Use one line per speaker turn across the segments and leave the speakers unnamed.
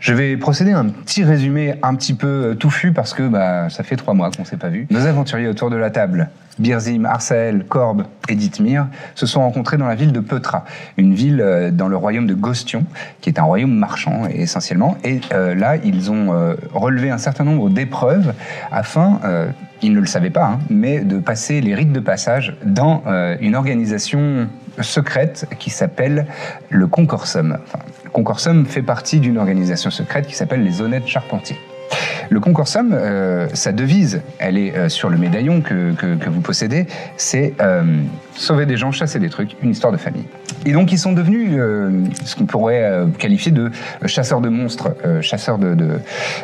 Je vais procéder à un petit résumé un petit peu euh, touffu parce que bah, ça fait trois mois qu'on ne s'est pas vu. Nos aventuriers autour de la table, Birzim, Arsael, Korb et Dithmir, se sont rencontrés dans la ville de Petra, une ville euh, dans le royaume de Gostion, qui est un royaume marchand essentiellement. Et euh, là, ils ont euh, relevé un certain nombre d'épreuves afin, euh, ils ne le savaient pas, hein, mais de passer les rites de passage dans euh, une organisation secrète qui s'appelle le Concorsum. Enfin, le Concorsum fait partie d'une organisation secrète qui s'appelle les Honnêtes Charpentiers. Le Concorsum, euh, sa devise, elle est euh, sur le médaillon que, que- que vous possédez, c'est euh, sauver des gens, chasser des trucs, une histoire de famille. Et donc ils sont devenus euh, ce qu'on pourrait euh, qualifier de chasseurs de monstres, euh, chasseurs de, de-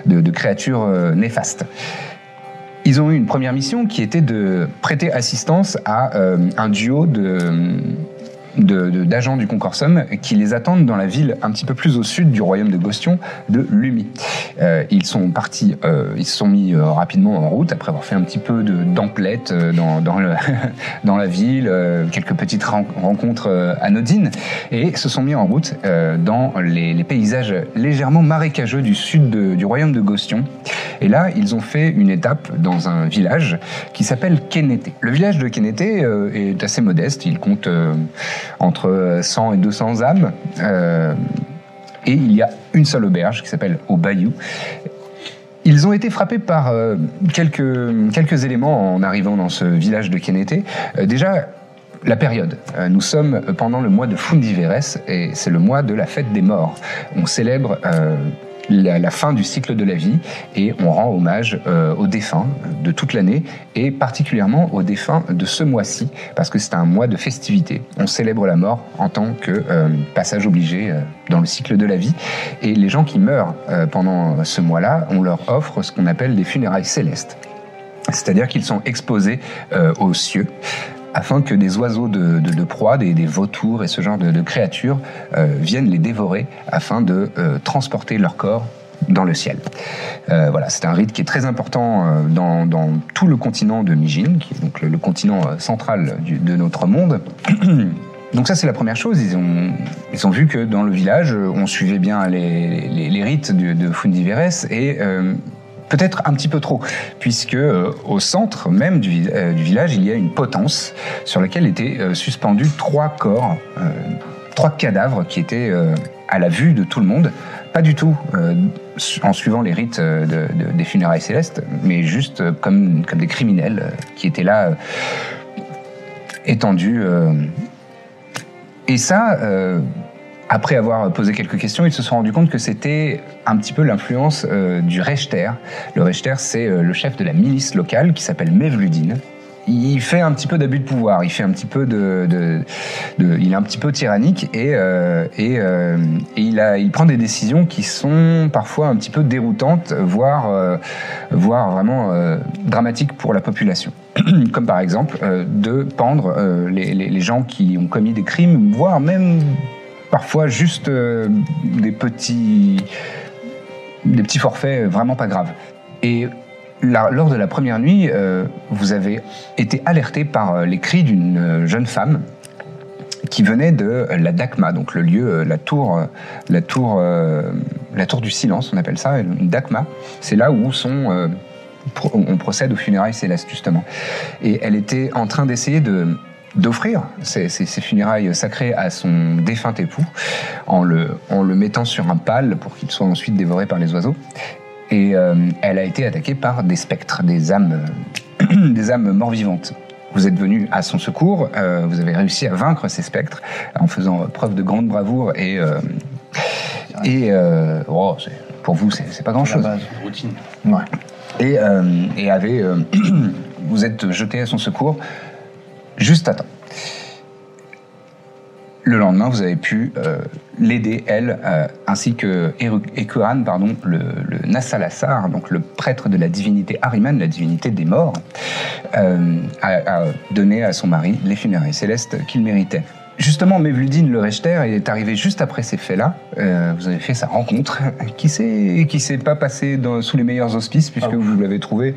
de- de créatures euh, néfastes. Ils ont eu une première mission qui était de prêter assistance à euh, un duo de de- de- d'agents du Concorsum qui les attendent dans la ville un petit peu plus au sud du royaume de Gostion de Lumi. Euh, ils sont partis, euh, ils se sont mis euh, rapidement en route après avoir fait un petit peu de- d'emplette euh, dans, dans, le- dans la ville, euh, quelques petites ren- rencontres euh, anodines, et se sont mis en route euh, dans les, les paysages légèrement marécageux du sud de- du royaume de Gostion. Et là, ils ont fait une étape dans un village qui s'appelle Kenete. Le village de Kenete euh, est assez modeste, il compte euh, entre 100 et 200 âmes. euh, et il y a une seule auberge qui s'appelle Au Bayou. Ils ont été frappés par euh, quelques, quelques éléments en arrivant dans ce village de Kenete. Euh, déjà, la période. Euh, nous sommes pendant le mois de Fundiveres et c'est le mois de la fête des morts. On célèbre euh, la, la fin du cycle de la vie et on rend hommage euh, aux défunts de toute l'année et particulièrement aux défunts de ce mois-ci parce que c'est un mois de festivité. On célèbre la mort en tant que euh, passage obligé euh, dans le cycle de la vie et les gens qui meurent euh, pendant ce mois-là, on leur offre ce qu'on appelle des funérailles célestes. C'est-à-dire qu'ils sont exposés euh, aux cieux afin que des oiseaux de, de- de proie, des, des vautours et ce genre de, de créatures euh, viennent les dévorer afin de euh, transporter leur corps dans le ciel. Euh, voilà, c'est un rite qui est très important euh, dans, dans tout le continent de Mijin, qui est donc le, le continent euh, central du- de notre monde. Donc ça c'est la première chose, ils ont, ils ont vu que dans le village euh, on suivait bien les, les- les rites de, de Fundiveres et euh, peut-être un petit peu trop, puisque euh, au centre même du, vi- euh, du village il y a une potence sur laquelle étaient euh, suspendus trois corps, euh, trois cadavres qui étaient euh, à la vue de tout le monde, pas du tout euh, su- en suivant les rites euh, de- de- des funérailles célestes, mais juste euh, comme, comme des criminels euh, qui étaient là euh, étendus. euh, et ça, euh, après avoir posé quelques questions, ils se sont rendus compte que c'était un petit peu l'influence euh, du Rechter. Le Rechter, c'est euh, le chef de la milice locale qui s'appelle Mevludin. Il fait un petit peu d'abus de pouvoir, il fait un petit peu de, de- de- il est un petit peu tyrannique et, euh, et, euh, et il, a, il prend des décisions qui sont parfois un petit peu déroutantes, voire, euh, voire vraiment euh, dramatiques pour la population comme par exemple euh, de pendre euh, les, les- les gens qui ont commis des crimes, voire même parfois juste euh, des petits des petits forfaits euh, vraiment pas graves. Et la- lors de la première nuit, euh, vous avez été alerté par euh, les cris d'une euh, jeune femme qui venait de euh, la Dakma, donc le lieu, euh, la tour, euh, la tour, euh, la tour du silence, on appelle ça une Dakma. C'est là où sont euh, pro- on procède aux funérailles célestes justement. Et elle était en train d'essayer de d'offrir ces, ces- ces funérailles sacrées à son défunt époux en le, en le mettant sur un pal pour qu'il soit ensuite dévoré par les oiseaux. Et euh, elle a été attaquée par des spectres, des âmes, des âmes mort-vivantes. Vous êtes venu à son secours, euh, vous avez réussi à vaincre ces spectres euh, en faisant preuve de grande bravoure et. euh, et euh, oh, c'est- pour vous, c'est c'est pas grand chose.
base, routine.
Ouais. Et, euh, et avez, euh, vous êtes jeté à son secours juste à temps. Le lendemain, vous avez pu euh, l'aider, elle, euh, ainsi que Eru- Ekuran, pardon, le, le Nassalassar, donc le prêtre de la divinité Ahriman, la divinité des morts, euh, à, à donner à son mari les funérailles célestes qu'il méritait. Justement, Mevludin le Rechter est arrivé juste après ces faits-là. Euh, vous avez fait sa rencontre, qui s'est qui s'est pas passée dans- sous les meilleurs auspices puisque vous l'avez trouvé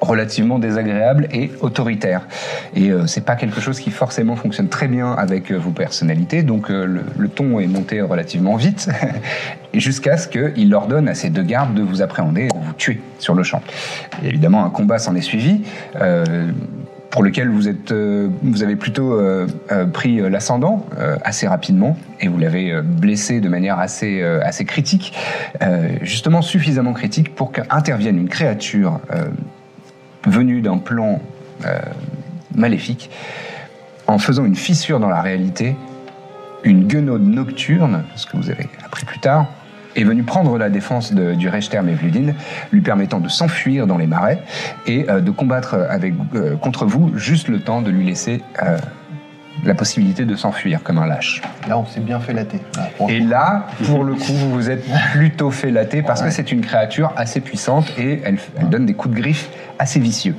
relativement désagréable et autoritaire. Et euh, c'est pas quelque chose qui forcément fonctionne très bien avec euh, vos personnalités. Donc euh, le, le ton est monté relativement vite et jusqu'à ce qu'il ordonne à ses deux gardes de vous appréhender et de vous tuer sur le champ. Et évidemment, un combat s'en est suivi. euh, pour lequel vous, êtes, euh, vous avez plutôt euh, euh, pris euh, l'ascendant euh, assez rapidement et vous l'avez euh, blessé de manière assez, euh, assez critique, euh, justement suffisamment critique pour qu'intervienne une créature euh, venue d'un plan euh, maléfique en faisant une fissure dans la réalité, une guenaude nocturne, ce que vous avez appris plus tard, est venue prendre la défense de- du Rechter Mevludin, lui permettant de s'enfuir dans les marais et euh, de combattre avec, euh, contre vous juste le temps de lui laisser euh, la possibilité de s'enfuir comme un lâche.
Là, on s'est bien fait latter. Là, pour-
Et là, pour le coup, vous vous êtes plutôt fait latter parce que c'est une créature assez puissante et elle, elle donne des coups de griffe assez vicieux.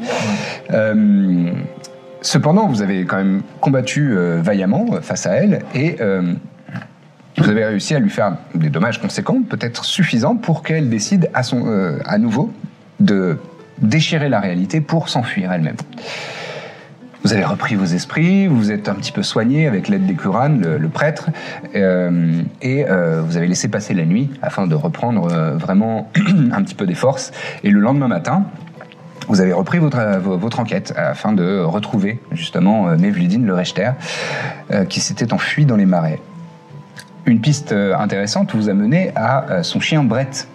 Euh, cependant, vous avez quand même combattu euh, vaillamment face à elle et euh, vous avez réussi à lui faire des dommages conséquents, peut-être suffisants pour qu'elle décide à, son, euh, à nouveau de déchirer la réalité pour s'enfuir elle-même. Vous avez repris vos esprits, vous vous êtes un petit peu soigné avec l'aide des Kuran, le, le prêtre, euh, et euh, vous avez laissé passer la nuit afin de reprendre euh, vraiment un petit peu des forces. Et le lendemain matin, vous avez repris votre, euh, vo- votre enquête afin de retrouver justement euh, Mevludin le Rechter, euh, qui s'était enfui dans les marais. Une piste euh, intéressante vous a mené à euh, son chien Brett,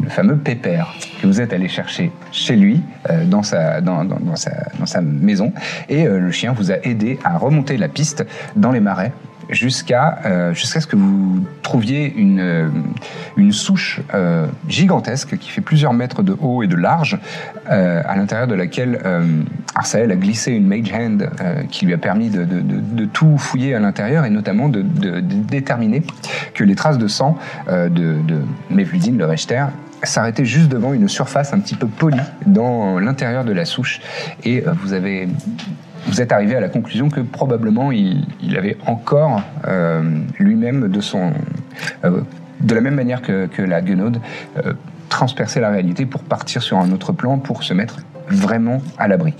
le fameux pépère que vous êtes allé chercher chez lui, euh, dans, sa, dans, dans- dans sa, dans sa maison. Et euh, le chien vous a aidé à remonter la piste dans les marais jusqu'à euh, jusqu'à ce que vous trouviez une, euh, une souche euh, gigantesque qui fait plusieurs mètres de haut et de large, euh, à l'intérieur de laquelle euh, Arsael a glissé une mage hand euh, qui lui a permis de, de- de- de tout fouiller à l'intérieur et notamment de, de- de déterminer que les traces de sang euh, de, de Mevludin, le Rechter, s'arrêtait juste devant une surface un petit peu polie dans l'intérieur de la souche et euh, vous avez vous êtes arrivé à la conclusion que probablement il, il avait encore euh, lui-même de son euh, de la même manière que, que la guenaude euh, transpercé la réalité pour partir sur un autre plan pour se mettre vraiment à l'abri.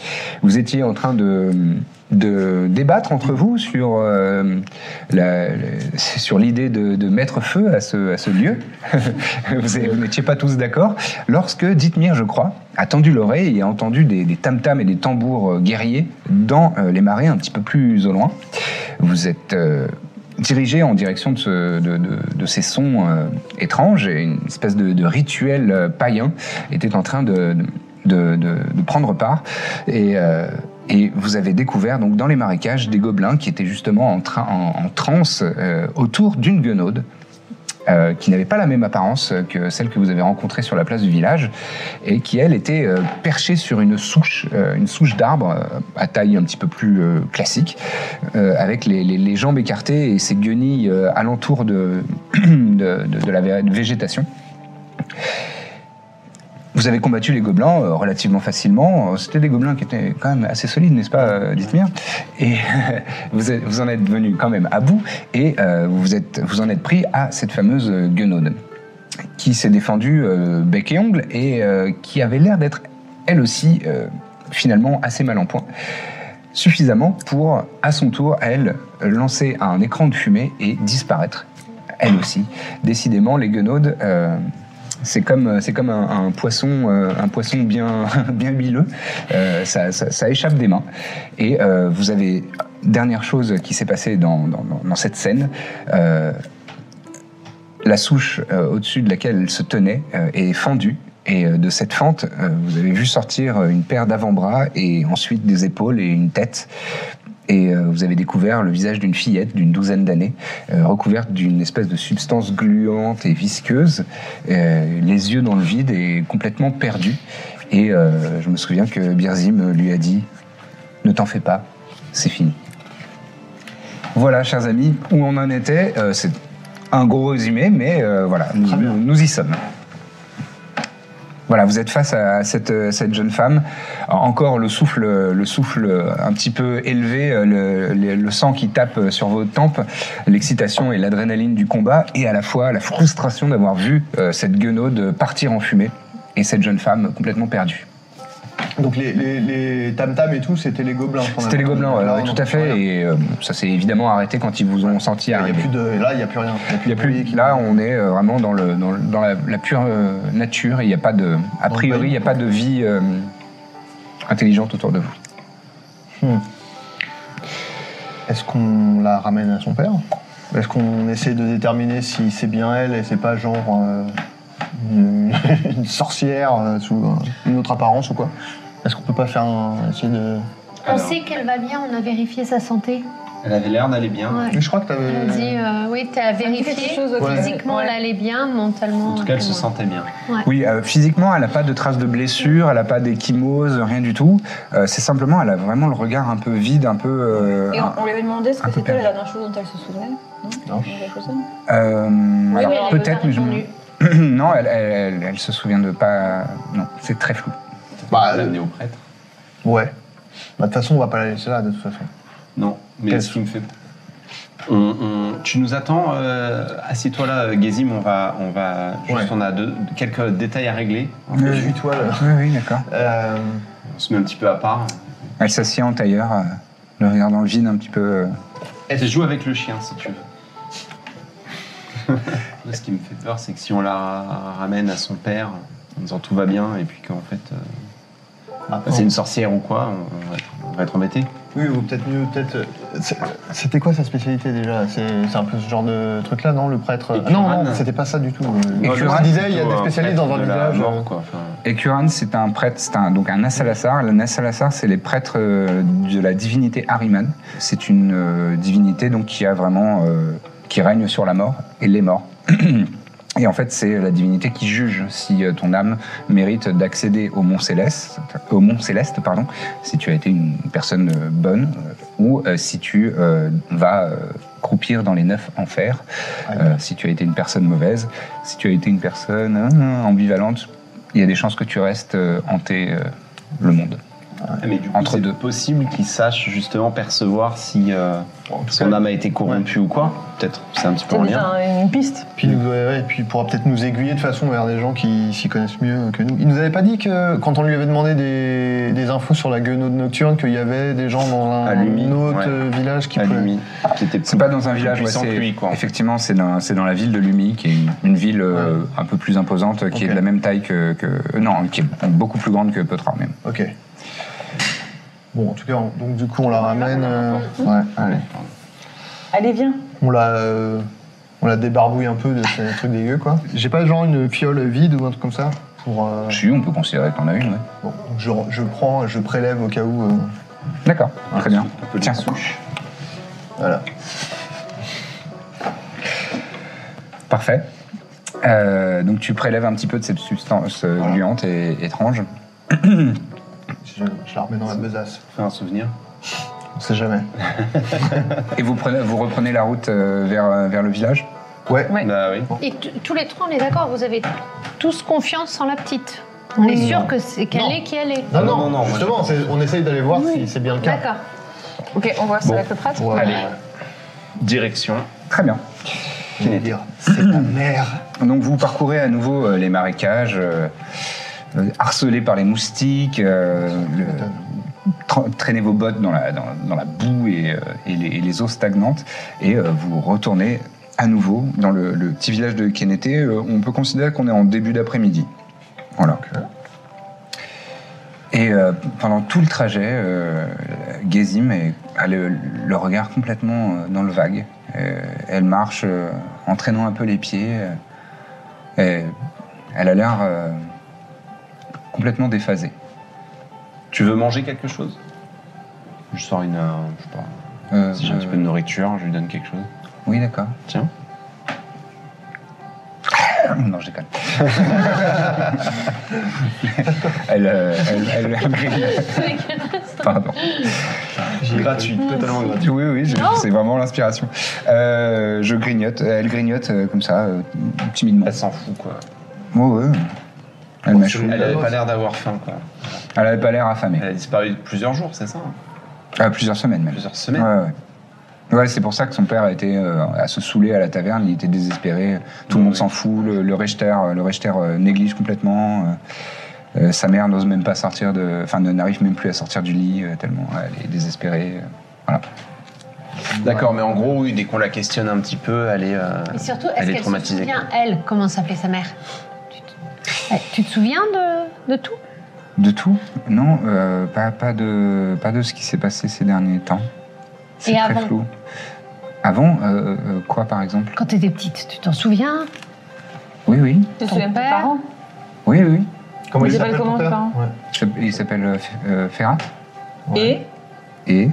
Vous étiez en train de de débattre entre vous sur euh, la- la- sur l'idée de, de mettre feu à ce, à ce lieu. vous avez- vous n'étiez pas tous d'accord. Lorsque Dithmir, je crois, a tendu l'oreille et a entendu des, des tam-tams et des tambours euh, guerriers dans euh, les marais un petit peu plus au loin, vous êtes euh, dirigé en direction de, ce- de- de- de ces sons euh, étranges et une espèce de, de rituel euh, païen était en train de, de- de- de prendre part. Et. euh, et vous avez découvert donc dans les marécages des gobelins qui étaient justement en, train- en, en transe euh, autour d'une guenaude euh, qui n'avait pas la même apparence euh, que celle que vous avez rencontrée sur la place du village, et qui, elle, était euh, perchée sur une souche, euh, une souche d'arbre euh, à taille un petit peu plus euh, classique, euh, avec les, les- les jambes écartées et ses guenilles euh, alentour de, de, de- de la vé- végétation. Vous avez combattu les gobelins euh, relativement facilement. Euh, C'était des gobelins qui étaient quand même assez solides, n'est-ce pas, euh, dites-moi Et vous, êtes- vous en êtes venu quand même à bout et euh, vous, êtes, vous en êtes pris à cette fameuse euh, guenaude qui s'est défendue euh, bec et ongle et euh, qui avait l'air d'être elle aussi euh, finalement assez mal en point. Suffisamment pour, à son tour, elle, euh, lancer un écran de fumée et disparaître. Elle aussi. Décidément, les guenaudes, euh, c'est comme, euh, c'est comme un, un poisson, euh, un poisson bien, bien huileux. Euh, ça, ça- ça échappe des mains. Et euh, vous avez, dernière chose qui s'est passée dans, dans- dans- dans cette scène, euh, la souche euh, au-dessus de laquelle elle se tenait euh, est fendue Et euh, de cette fente, euh, vous avez vu sortir euh, une paire d'avant-bras et ensuite des épaules et une tête. Et euh, vous avez découvert le visage d'une fillette d'une douzaine d'années, euh, recouverte d'une espèce de substance gluante et visqueuse, euh, les yeux dans le vide et complètement perdue. Et euh, je me souviens que Birzim lui a dit Ne t'en fais pas, c'est fini. Voilà, chers amis, où on en était. Euh, c'est un gros résumé, mais euh, voilà, nous,
bien.
nous y sommes. Voilà, vous êtes face à cette, euh, cette jeune femme. Encore le souffle, le souffle un petit peu élevé, euh, le, le- le sang qui tape euh, sur vos tempes, l'excitation et l'adrénaline du combat, et à la fois la frustration d'avoir vu euh, cette guenaude partir en fumée et cette jeune femme complètement perdue.
Donc les, les, les tam-tams et tout, c'était les gobelins. qu'on
C'était les
avait-
gobelins, ouais,
Là,
ouais,
on
tout
en
à fait,
rien.
et euh, ça s'est évidemment arrêté quand ils vous ont senti
Il y a
arriver.
plus de, là, il n'y a plus rien.
Il y a
de
plus,
bruit qui-
là, on est euh, vraiment dans, le, dans, le- dans la, la pure euh, nature. Il n'y a pas de, a
le
priori, il n'y a pas de vie euh, intelligente autour de vous.
Hmm. Est-ce qu'on la ramène à son père Est-ce qu'on essaie de déterminer si c'est bien elle et c'est pas genre euh, une, une sorcière euh, sous euh, une autre apparence ou quoi Est-ce qu'on peut pas faire un, essayer de
On
Alors.
sait qu'elle va bien, on a vérifié sa santé.
Elle avait l'air d'aller bien.
Ouais.
Je crois que
On a dit,
t'avais.
euh, oui, t'as vérifié.
Ouais.
Physiquement, elle allait bien, mentalement.
En tout cas, elle se
euh,
sentait bien.
Oui, euh, physiquement, elle n'a pas de traces de blessure, elle n'a pas d'échymose, rien du tout. Euh, c'est simplement, elle a vraiment le regard un peu vide, un peu. euh,
Et on, on lui avait demandé ce
Un
que
peu
c'était la
perdu.
dernière chose dont elle se souvenait. Non,
Non.
Quelque chose
euh, alors,
mais elle a
peut-être,
pas
mais je.
répondu.
non, elle, elle, elle- elle se souvient de pas. Non, c'est très flou.
Bah,
Elle l'a
euh,
amenée au prêtre.
Ouais. Bah, De toute façon, on va pas la laisser là, de toute façon.
Non, mais
Qu'est-ce
ce qui me fait. On, on- Tu nous attends. euh, Assieds-toi là, euh, Gezim. On va, on va. Juste,
Ouais.
on a deux- quelques détails à régler.
Oui.
Je suis toi, là.
Oui, oui, d'accord.
Euh,
On se met un petit peu à part.
Elle s'assied en tailleur, euh, le regard dans le vide, un petit peu. euh,
Elle joue avec le chien, si tu veux. Moi, ce qui me fait peur, c'est que si on la ramène à son père en disant tout va bien, et puis qu'en fait euh,
après,
c'est une sorcière ou quoi, on, on va être, on va être embêté.
Oui, ou peut-être mieux, peut-être. euh, c'est- C'était quoi sa spécialité déjà C'est c'est un peu ce genre de truc-là, non Le prêtre euh,
Écureuil.
Non, non, c'était pas ça du tout.
Et
Je
Écureuil,
me disais, il y a des
Plutôt un
spécialistes dans
prêtre
un
de la
village.
mort,
euh,
quoi. Enfin,
Et Kuran, c'est un prêtre, c'est un, donc un Nassalassar. Le Nassalassar, c'est les prêtres euh, de la divinité Ahriman. C'est une euh, divinité donc qui a vraiment euh, qui règne sur la mort et les morts. Et en fait, c'est la divinité qui juge si euh, ton âme mérite d'accéder au mont céleste, au mont céleste, pardon, si tu as été une personne euh, bonne euh, ou euh, si tu euh, vas euh, croupir dans les neuf enfers,
Aïe.
euh, si tu as été une personne mauvaise, si tu as été une personne euh, ambivalente, il y a des chances que tu restes euh, hanté euh, le monde.
Ah, mais du coup,
Entre
c'est
deux.
possible qu'ils sachent justement percevoir si euh,
en tout
son
cas.
âme a été corrompue ou quoi. Peut-être, c'est un petit peu
C'est
en
déjà
lien.
un- une piste.
Puis, nous- ouais, ouais, et puis il pourra peut-être nous aiguiller de façon vers des gens qui s'y connaissent mieux que nous. Il nous avait pas dit que quand on lui avait demandé des, des infos sur la guenaude nocturne, qu'il y avait des gens dans un,
À Lumi,
autre
ouais.
euh, village qui
Ah,
pouvaient-
lui, qui était
C'est pas dans un village, ouais,
puissant que
c'est-
lui, quoi.
effectivement, c'est dans, c'est dans la ville de Lumi, qui est une, une ville euh, un peu plus imposante, qui est
Ok.
de la même taille que, que- euh, non, qui est beaucoup plus grande que Petra même.
Ok. Bon, en tout cas, on- donc du coup, on la ramène. euh, Ouais, allez.
Allez, viens.
On la, euh, on la débarbouille un peu de ces trucs dégueux, quoi. J'ai pas genre une fiole vide ou un truc comme ça pour. euh,
Si on peut considérer qu'on a une, ouais.
bon, donc je, je prends, je prélève au cas où. euh,
D'accord, très bien.
Un peu de
Tiens.
souche.
voilà.
Parfait. Euh, donc tu prélèves un petit peu de cette substance euh,
Voilà.
gluante et étrange.
Je, je la remets dans la besace.
Fais un souvenir.
On sait jamais.
Et vous, prenez, vous reprenez la route euh, vers, euh, vers le village
Ouais.
Ouais.
Bah oui.
Et t- tous les trois, on est d'accord, vous avez tous confiance en la petite. On est sûr que c'est qu'elle
Non.
est qui elle est.
Non,
Ah Non,
non,
non, non,
justement,
moi, je-
c'est- on essaye d'aller voir si c'est bien le cas. euh,
D'accord.
Ok, on voit ça
Bon.
avec le prêtre.
Ouais,
Allez.
ouais.
Direction.
Très bien.
Je vais dire, c'est ta mère.
Donc vous parcourez à nouveau euh, les marécages, euh, euh, harcelés par les moustiques, euh, le- tra- traînez vos bottes dans la, dans, dans la boue et, euh, et les, et les eaux stagnantes, et euh, vous retournez à nouveau dans le, le petit village de Kenete. Euh, on peut considérer qu'on est en début d'après-midi. Voilà. Et euh, pendant tout le trajet, euh, Gezim est- a le, le regard complètement euh, dans le vague. Euh, elle marche euh, en traînant un peu les pieds. euh, et elle a l'air euh, complètement déphasé.
Tu veux manger quelque chose Je sors une. euh, je sais pas.
Euh,
Si j'ai un petit peu de nourriture, je lui donne quelque chose.
Oui, d'accord.
Tiens.
Non, je déconne. elle, euh, elle, elle, elle grille. Pardon.
J'ai gratuit, totalement gratuit.
Oui, oui, je-
Non.
c'est vraiment l'inspiration. Euh, je grignote, elle grignote euh, comme ça, euh, timidement.
Elle s'en fout, quoi.
Ouais, ouais. Elle mâche.
Elle avait pas
Ouais.
l'air d'avoir faim, quoi.
Elle avait pas l'air affamée.
Elle a disparu plusieurs jours, c'est ça hein
Euh, plusieurs semaines même.
Plusieurs semaines.
Ouais, ouais. Ouais, c'est pour ça que son père était euh, à se saouler à la taverne, il était désespéré, tout le
Ouais,
monde
ouais.
s'en fout, le, le Rechter, euh, le Rechter, euh, néglige complètement, euh, euh, sa mère n'ose même pas sortir de... Enfin, ne- n'arrive même plus à sortir du lit, euh, tellement ouais, elle est désespérée. euh, voilà.
D'accord, mais en gros, oui, dès qu'on la questionne un petit peu, elle est. euh,
Et surtout, est-ce
Elle est
qu'elle se
traumatisée,
souvient, elle, comment s'appelait sa mère Tu te- Eh, Tu te souviens de, de tout
De tout Non, euh, pas, pas, de, pas de ce qui s'est passé ces derniers temps. C'est
Et
très
avant
flou. Avant, euh, euh, quoi par exemple
Quand t'étais petite, tu t'en souviens
Oui, oui,
Tu te
Ton
souviens de tes
père
parents
oui, oui.
Comment
Il s'appelle comment,
ton
le
père
parent
Ouais.
Il s'appelle euh, F- euh, Ferrat
Ouais.
Et
et...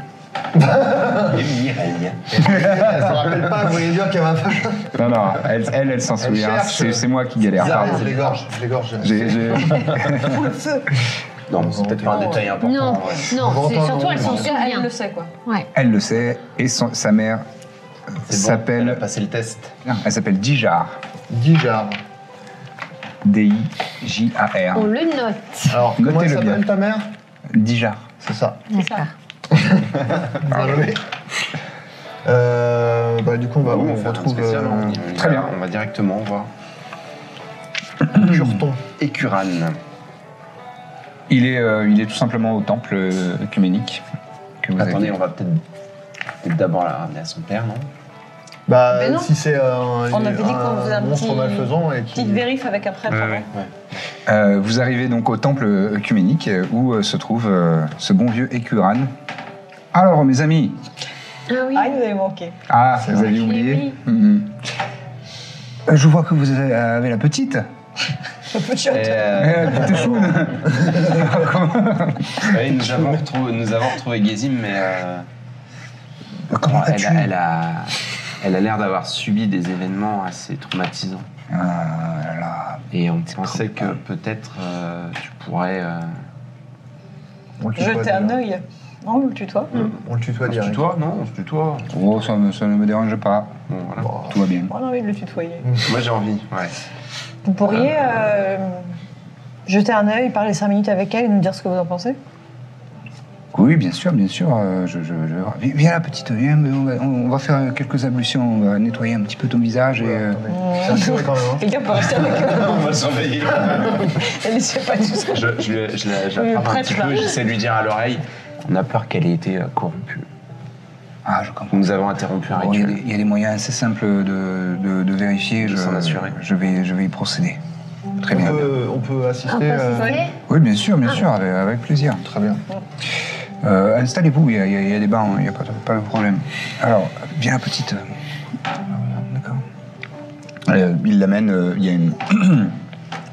Elle se rappelle pas, vous voulez dire qu'elle m'a pas.
Non, non, elle, elle, elle s'en souvient. hein.
cherche.
C'est c'est moi qui galère.
Arrête, Je
Pardon.
l'égorge, je l'égorge.
J'ai- j'ai-
Non, c'est peut-être pas un détail important.
Non,
ouais.
On
non, c'est
entend,
surtout,
on
elle s'en
entend.
elle
souvient.
le sait, quoi.
Ouais.
Elle le sait et son- sa mère euh,
C'est bon, Elle a
s'appelle.
passé le test.
Non, Elle s'appelle Dijar.
Dijar.
D-I-J-A-R.
Oh.
On le note.
Alors, comment elle
Notez-le bien.
s'appelle ta mère
Dijar.
C'est ça.
D'accord.
Désolé. Euh, bah, du coup, on va-
Nous,
on
fait un
retrouve
spécial,
euh,
on y-
très bien.
On va directement voir.
Curton.
Écurane.
Il est, euh, il est tout simplement au temple euh, œcuménique que vous
Attendez,
avez.
on va peut-être peut d'abord la ramener à son père, non
Bah,
Mais non.
si c'est un,
On avait dit qu'on
un
faisait un
monstre
petit-
malfaisant et qui.
Petite vérif avec un prêtre. avant.
Euh, vous arrivez donc au temple œcuménique euh, où euh, se trouve euh, ce bon vieux Écuran. Alors, mes amis,
Ah oui.
Ah, il nous avait manqué.
Ah,
C'est
vous
vrai
avez
que
oublié
oui.
Mhm. Euh, Je vois que vous avez la petite.
Euh,
Euh, petite choune.
oui, nous, avons retrouvé, nous avons retrouvé Gezim, mais euh,
Comment
elle,
vas-tu
a- elle a elle a l'air d'avoir subi des événements assez traumatisants.
Ah là là.
Et on pensait que peut-être euh, tu pourrais. euh,
On le tutoie.
Jeter un
déjà.
œil. Non, on le tutoie.
Mm.
On le tutoie
on se
direct.
tutoie Non, on se tutoie.
Oh, ça, me- ça ne me dérange pas.
Bon, voilà.
Bon.
Tout va bien.
On a envie de le tutoyer.
Moi j'ai envie, ouais.
Vous pourriez euh, jeter un œil, parler cinq minutes avec elle et nous dire ce que vous en pensez
Oui, bien sûr, bien sûr. euh, Je, je- je- Viens, viens la petite, viens. mais On va, on va faire euh, quelques ablutions. On va nettoyer un petit peu ton visage. Et, euh,
Attendez. Ça me tutoie quand même. hein.
Mm. Quelqu'un peut rester avec elle
on va surveiller.
Elle ne sait pas tout ça.
Je, je, lui- je la- je
Oui,
la frappe un
prête,
petit
là.
peu, j'essaie de lui dire à l'oreille. On a peur qu'elle ait été euh, corrompue.
Ah, je comprends.
Nous avons interrompu un
Bon, il, y a des,
rituel.
il y a des moyens assez simples de, de- de vérifier.
De
Je,
s'en assurer. Euh,
je vais, je vais y procéder. Très
On
bien.
peut, on peut
On
assister.
peut
euh,
assister
Oui, bien sûr, bien sûr, avec, avec plaisir.
Très bien.
Euh, Installez-vous, il y, a- il y a- il y a des bains, hein, il n'y a pas de, pas de problème. Alors, viens la petite. euh, D'accord. Euh, il l'amène, euh, il y a une,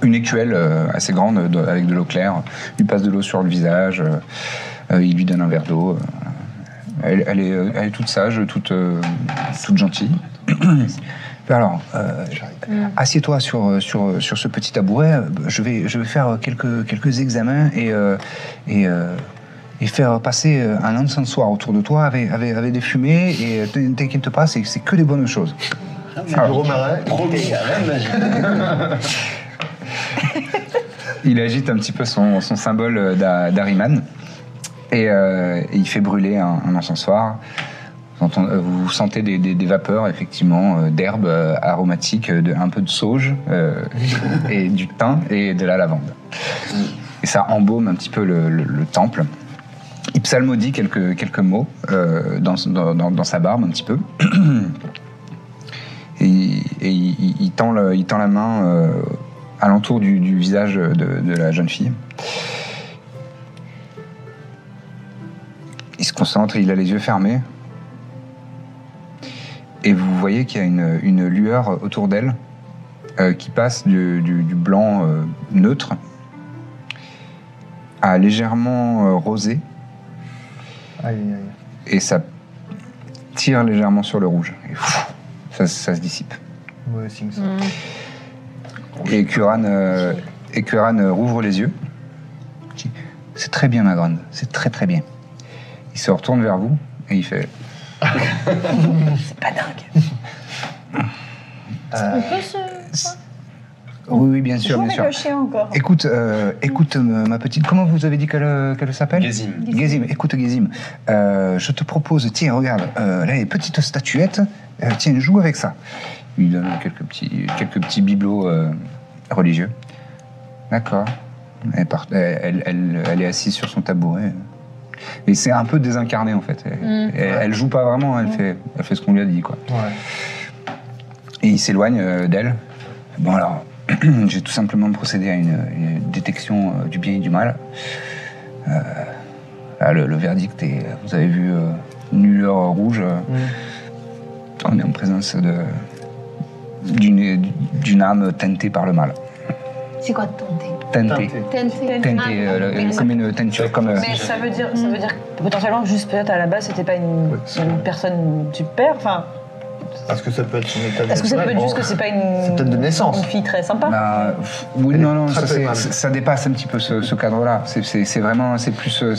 une écuelle euh, assez grande euh, de- avec de l'eau claire. Il passe de l'eau sur le visage, euh, euh, il lui donne un verre d'eau. euh, voilà. elle, elle est, euh, elle est toute sage, toute, euh, toute gentille. Puis Alors, euh, assieds-toi sur, euh, sur, euh, sur ce petit tabouret. euh, Je vais, je vais faire euh, quelques, quelques examens et, euh, et, euh, et faire passer euh, un encensoir autour de toi avec, avec, avec des fumées. Et euh, t'in- t'inquiète pas, c'est c'est que des bonnes choses.
Ah,
Le romarin.
Promis, Ah, rien de magique.
Il agite un petit peu son, son symbole euh, d'A- d'Ariman et, euh, et il fait brûler un, un encensoir. Vous, entend- euh, vous sentez des, des- des vapeurs, effectivement, euh, d'herbes euh, aromatiques, euh, de- un peu de sauge, euh, et du thym et de la lavande. Et ça embaume un petit peu le, le- le temple. Il psalmodie quelques, quelques mots euh, dans, dans- dans- dans sa barbe, un petit peu. Et, il- et il, il- il tend le- il tend la main euh, à l'entour du, du visage de, de la jeune fille. Il se concentre, il a les yeux fermés. Et vous voyez qu'il y a une, une lueur autour d'elle euh, qui passe du, du- du blanc euh, neutre à légèrement euh, rosé
Aïe, aïe.
et ça tire légèrement sur le rouge. Et pff, ça, ça se dissipe.
Mauvais signe, ça.
Mm.
Et Kuran, euh, et Kuran, euh, rouvre les yeux. Il dit, C'est très bien, ma grande. C'est très très bien. Il se retourne vers vous et il fait
C'est pas dingue.
On peut se.
Oui, oui, bien sûr,
Toujours
bien
avec
sûr.
le chien encore.
Écoute, euh, écoute euh, ma petite. Comment vous avez dit qu'elle euh, qu'elle s'appelle
Gazim.
Gazim, écoute Gazim, euh, je te propose, tiens, regarde, euh, là, les petites statuettes, euh, tiens, joue avec ça. Il lui donne quelques petits, quelques petits bibelots euh, religieux. D'accord. Elle, part- elle- elle- elle- elle est assise sur son tabouret. Et c'est un peu désincarné, en fait. Elle,
Mm.
elle- elle joue pas vraiment, elle, fait, elle fait ce qu'on lui a dit, quoi.
Ouais.
Et il s'éloigne euh, d'elle. Bon alors, j'ai tout simplement procédé à une, une détection euh, du bien et du mal. Euh, là, le, le verdict est, vous avez vu, euh, une lueur rouge. euh, On est en présence de d'une d'une âme teintée par le mal.
C'est quoi tenter
Teintée.
TNT.
Teintée,
Ah,
euh, le-
oui,
comme une teinture, comme... euh,
Mais ça veut dire, ça veut dire que potentiellement que juste peut-être à la base c'était pas une,
Ouais, c'est-
une personne du père. Enfin,
Est-ce que ça peut être son état
est-ce que ça peut
naturel
être juste
Bon.
que c'est pas une,
Oh. C'est peut-être de naissance.
une fille très sympa
Bah, pff, oui,
Elle est
non, non,
très
ça,
peu
c'est-
aimable.
c'est- ça dépasse un petit peu ce, ce cadre-là. C'est- C'est c'est vraiment, c'est plus, euh,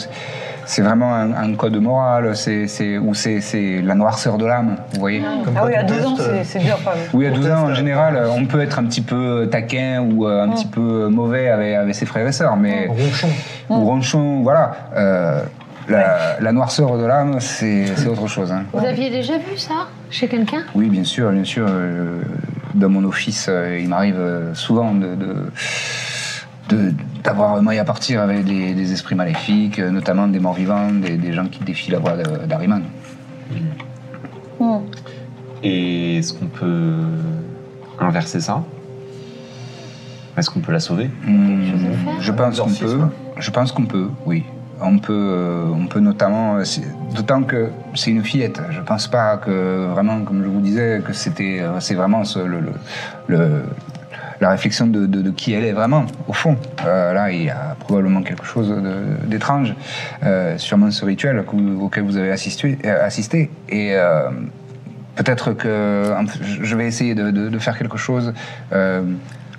c'est vraiment un, un code moral. C'est c'est- ou c'est c'est la noirceur de l'âme, vous voyez.
Comme
Ah
quand
oui, à
on
12 ans
teste,
c'est-
euh,
c'est dur. Enfin,
Oui, à
Pour
12 ans, en
tester.
général, euh, on peut être un petit peu taquin ou euh, un petit peu mauvais avec, avec ses frères et sœurs, mais
Ronchon.
ou ronchon, voilà. Euh, la, la noirceur de l'âme, c'est c'est autre chose. hein.
Vous aviez déjà vu ça chez quelqu'un
Oui, bien sûr, bien sûr. euh, dans mon office, euh, il m'arrive euh, souvent de. de- de- d'avoir maille à partir avec des, des esprits maléfiques, euh, notamment des morts vivants, des, des gens qui défient la voie de- d'Ariman.
Et est-ce qu'on peut inverser ça Est-ce qu'on peut la sauver
Hmm,
chose à faire hein.
je pense qu'on peut.
Exorcisme.
Je pense qu'on peut, oui. On peut, euh, on peut notamment, euh, c'est- d'autant que c'est une fillette. Je pense pas que vraiment, comme je vous disais, que c'était, euh, c'est vraiment ce- le, le- le- la réflexion de, de- de qui elle est vraiment, au fond. Euh, là, il y a probablement quelque chose de- d'étrange, euh, sûrement ce rituel que vous- auquel vous avez assisté, euh, assisté. et euh, peut-être que en f- je vais essayer de, de- de faire quelque chose. euh,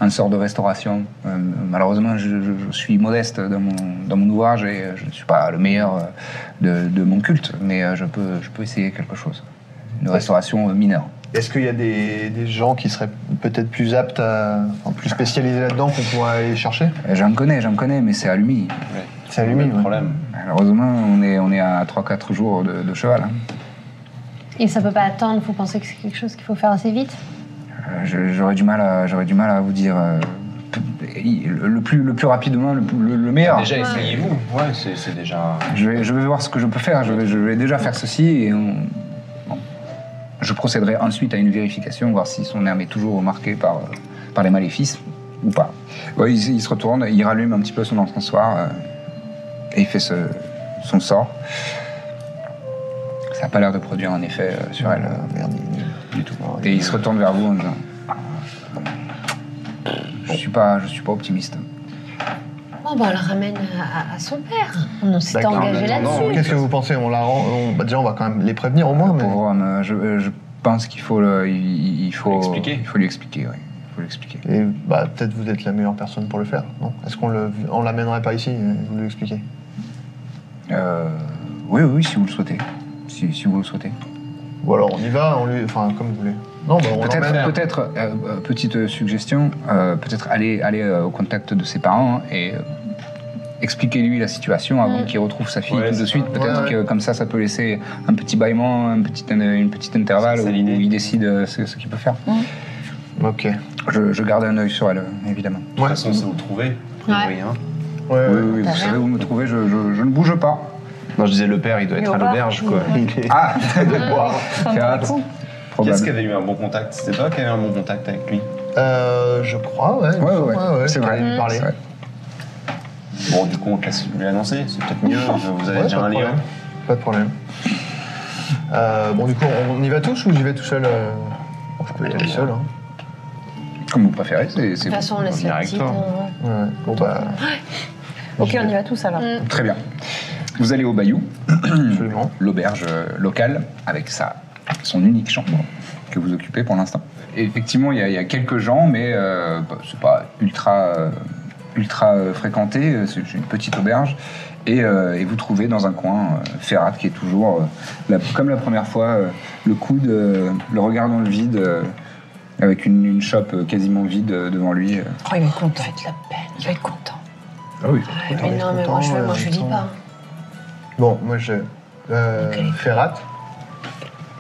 un sort de restauration. Euh, malheureusement, je, je- je suis modeste dans mon, dans mon ouvrage et euh, je ne suis pas le meilleur euh, de, de mon culte, mais euh, je peux, je peux essayer quelque chose. Une restauration euh, mineure.
Est-ce qu'il y a des, des gens qui seraient peut-être plus aptes à. enfin, plus spécialisés là-dedans qu'on pourrait aller chercher
Euh, J'en connais, j'en connais, mais c'est à lui.
C'est
Pas
allumé,
de problème.
Malheureusement, on est, on est à 3-4 jours de, de cheval. hein.
Et ça peut pas attendre, vous pensez que c'est quelque chose qu'il faut faire assez vite
Euh, je- J'aurais du, mal à- j'aurais du mal à vous dire euh, p- le, le plus, le plus rapidement, le, plus- le- le
Ah.
meilleur.
Déjà, essayez-vous. Ouais, c'est c'est déjà.
Je vais, je vais voir ce que je peux faire. Je vais, je vais déjà faire ceci et on- bon. je procéderai ensuite à une vérification, voir si son arme est toujours marquée par, euh, par les maléfices ou pas. Ouais, il, il se retourne, il rallume un petit peu son encensoir euh, et il fait ce- son sort. Ça n'a pas l'air de produire un effet euh, sur elle euh,
Merde, il est nul.
du tout.
Non,
Et
il-
il se retourne vers vous en disant Ah, bon. Je suis pas, je suis pas optimiste.
Bon, bah, on la ramène à, à- à son père. On s'est
D'accord,
engagé
mais non, non,
là-dessus.
Qu'est-ce que vous pensez On la rend. on- bah, déjà, on va quand même les prévenir au moins, mais.
Pauvre homme, euh, je, euh, je pense qu'il faut, le- il- il, il faut,
Expliquer.
il faut lui expliquer. oui. Il faut lui expliquer.
Et bah, peut-être vous êtes la meilleure personne pour le faire, non Est-ce qu'on le, on l'amènerait pas ici euh, Vous lui expliquez
Euh, oui, oui, oui, si vous le souhaitez. Si, si vous le souhaitez.
Ou alors on y va, on lui, enfin comme vous voulez. Non, bah, on l'emmène.
Peut-être, peut-être euh, euh, petite suggestion, euh, peut-être aller, aller euh, au contact de ses parents et euh, expliquer-lui la situation avant
Mm.
qu'il retrouve sa fille
Ouais,
tout de
c'est
suite.
ça.
Peut-être
Ouais,
que comme ça, ça peut laisser un petit bâillement, un petit, une petite intervalle
C'est
où
ça, l'idée.
il décide euh, ce, ce qu'il peut faire.
Ok.
Je, je garde un œil sur elle, euh, évidemment.
De toute façon, c'est où le trouver.
Ouais.
Oui, hein.
Ouais,
Oui,
ouais.
oui, vous savez où me trouver, je- je- je ne bouge pas.
Non, je disais le père, il doit
Il est
être
au
à
bar.
l'auberge, quoi.
Ah
Enfin,
Faire
du coup,
Qui
Probable.
est-ce qui avait eu un bon contact C'était toi qui avais un bon contact avec lui.
Euh, je crois, ouais.
Ouais, ouais, c'est
qu'elle
vrai.
allait lui parler.
C'est vrai.
Bon, du coup, on te laisse lui annoncer. C'est peut-être mieux. Vous avez
Ouais,
déjà
pas
un
de
lien.
problème. Pas de problème. Euh, bon, du coup, on y va tous ou j'y vais tout seul euh, Je peux y aller seul. Hein.
Comme vous préférez, c'est.
De toute façon, on laisse la
Direct,
petite.
hein.
euh,
Ouais, bon, bah.
Ok, on y va tous alors.
Très bien. Vous allez au Bayou,
Absolument.
l'auberge euh, locale, avec sa, son unique chambre que vous occupez pour l'instant. Et Effectivement, il y, a- il y a quelques gens, mais euh, bah, c'est pas ultra, euh, ultra euh, fréquenté. euh, C'est une petite auberge. Et, euh, et vous trouvez dans un coin euh, Ferrat qui est toujours, euh, la- comme la première fois, euh, le coude, euh, le regard dans le vide, euh, avec une, une chope euh, quasiment vide euh, devant lui. euh.
Oh, il va être content. Il va être la peine. Il va être content.
Ah oui.
Ouais, mais non, mais moi je,
euh,
moi, je lui dis pas.
Bon, moi je. Euh,
Ok.
Ferrat,